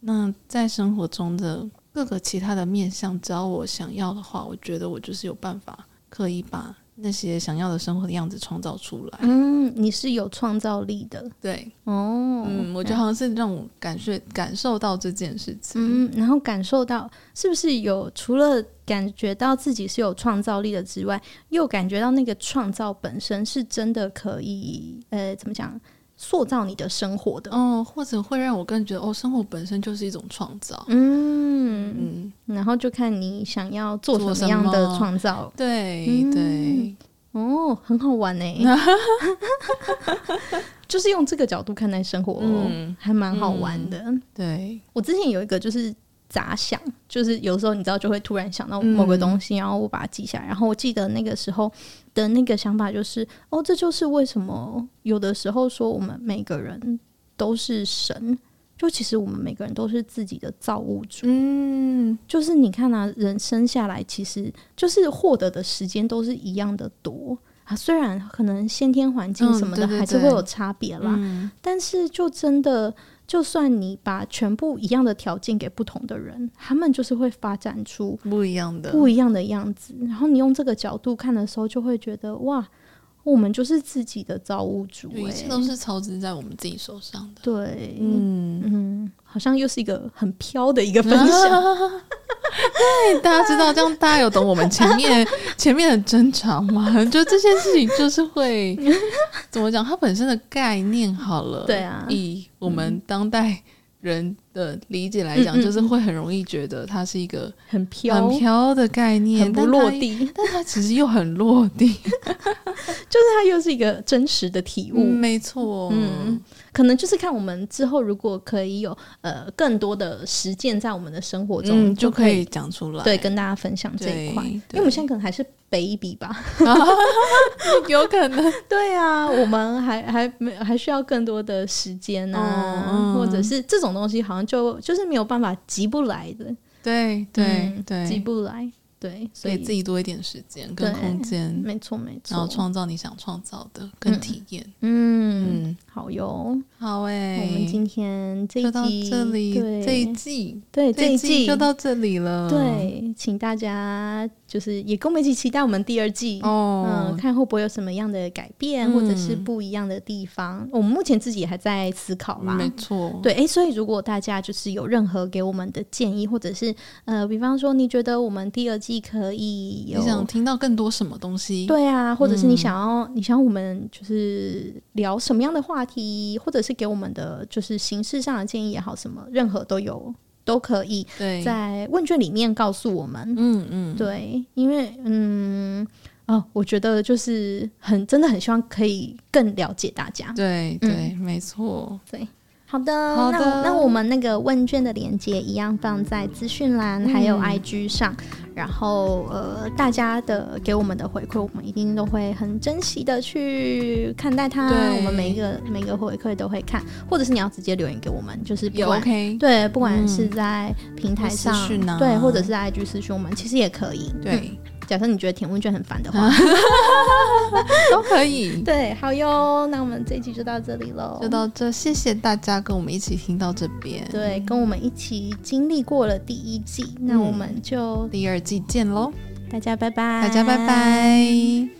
B: 那在生活中的各个其他的面向，只要我想要的话，我觉得我就是有办法可以把那些想要的生活的样子创造出来。
A: 嗯，你是有创造力的
B: 对，
A: 哦，
B: 嗯，我觉得好像是让我感受感受到这件事情。
A: 嗯，然后感受到是不是有除了感觉到自己是有创造力的之外，又感觉到那个创造本身是真的可以，呃，怎么讲，塑造你的生活的。
B: 哦，或者会让我更觉得，哦，生活本身就是一种创造。
A: 嗯，
B: 嗯，
A: 然后就看你想要做
B: 做
A: 什么样
B: 什
A: 的
B: 么
A: 创造。
B: 对
A: 嗯
B: 对，
A: 哦，很好玩呢、就是用这个角度看待生活，
B: 嗯
A: 还蛮好玩的。
B: 对，
A: 我之前有一个就是杂想，就是有时候你知道就会突然想到
B: 嗯
A: 某个东西，然后我把它记下来。然后我记得那个时候的那个想法就是，哦，这就是为什么有的时候说我们每个人都是神，就其实我们每个人都是自己的造物主。
B: 嗯，
A: 就是你看啊，人生下来其实就是获得的时间都是一样的多啊，虽然可能先天环境
B: 嗯
A: 什么的
B: 对对
A: 还是
B: 对嗯
A: 会有差别啦，但是就真的，就算你把全部一样的条件给不同的人，他们就是会发展出
B: 不一样的，
A: 不一样的样子。然后你用这个角度看的时候，就会觉得哇，我们就是自己的造物主、
B: 就一切
A: 欸，
B: 都是操之在我们自己手上的。
A: 对，嗯
B: 嗯，
A: 好像又是一个很飘的一个分享。
B: 啊对，大家知道这样，大家有懂我们前面前面的争吵吗？就这件事情，就是 会怎么讲？它本身的概念好了，
A: 对啊
B: 以我们当代人的理解来讲，
A: 嗯嗯
B: 就是会很容易觉得它是一个
A: 很飘，
B: 很飘的概念，
A: 很不
B: 但它
A: 落，地，
B: 但它其实又很落地。
A: 就是它又是一个真实的体悟。
B: 嗯，没错，
A: 嗯，可能就是看我们之后如果可以有呃更多的实践在我们的生活中，
B: 嗯，就
A: 可
B: 可以讲出来，
A: 对，跟大家分享这一块，
B: 对
A: 因
B: 对
A: 为我们现在可能还是 baby 吧。
B: 有可能，
A: 对 啊，我们还还没还需要更多的时间啊，
B: 嗯嗯
A: 或者是这种东西好像就就是没有办法急不来的，
B: 对对
A: 嗯急
B: 对，
A: 不来，对，所
B: 给自
A: 以
B: 己多一点时间跟
A: 对
B: 空间，
A: 没错没
B: 然后
A: 错，
B: 创造你想创造的跟
A: 嗯
B: 体验。
A: 嗯，
B: 嗯，
A: 好哟，
B: 好
A: 那
B: 诶、
A: 我们今天这
B: 哎就
A: 一
B: 到
A: 集
B: 这里，
A: 对
B: 这一季，
A: 对这
B: 一
A: 一季
B: 就到嗯这里了。，
A: 对，请大家就是也跟我们一起期待我们第二季。
B: 哦
A: 嗯，，看会不会有什么样的改变，
B: 嗯
A: 或者是不一样的地方。我们目前自己也还在思考啦。
B: 没错，
A: 对，诶，所以如果大家就是有任何给我们的建议，或者是呃，比方说你觉得我们第二季可以
B: 你想
A: 有
B: 听到更多什么东西？，
A: 对啊，或者
B: 嗯
A: 是你想要、你想要我们就是聊什么样的话题，或者是给我们的就是形式上的建议也好，什么任何都有都可以
B: 对，
A: 在问卷里面告诉我们。
B: 嗯嗯，
A: 对，因为嗯哦，我觉得就是很真的很希望可以更了解大家。
B: 对
A: 嗯
B: 对，没错。
A: 好的，
B: 好
A: 那
B: 的
A: 我那我们那个问卷的链接一样放在资讯栏还
B: 嗯
A: 有 IG 上，然后呃大家的给我们的回馈，我们一定都会很珍惜的去看待它。
B: 对
A: 我们每一个每一个回馈都会看，或者是你要直接留言给我们，就是不
B: 也
A: 管
B: OK，
A: 对，不管是在平台上、
B: 嗯私讯啊
A: 对，或者是在 IG 私讯我们，其实也可以。
B: 对，
A: 假设你觉得填问卷很烦的 话，
B: 都可以。
A: 对，好哟，那我们这一集就到这里喽。
B: 就到这，谢谢大家跟我们一起听到这边，
A: 对，跟我们一起经历过了第一嗯季，那我们就
B: 第二季见喽，
A: 大家拜拜，
B: 大家拜拜。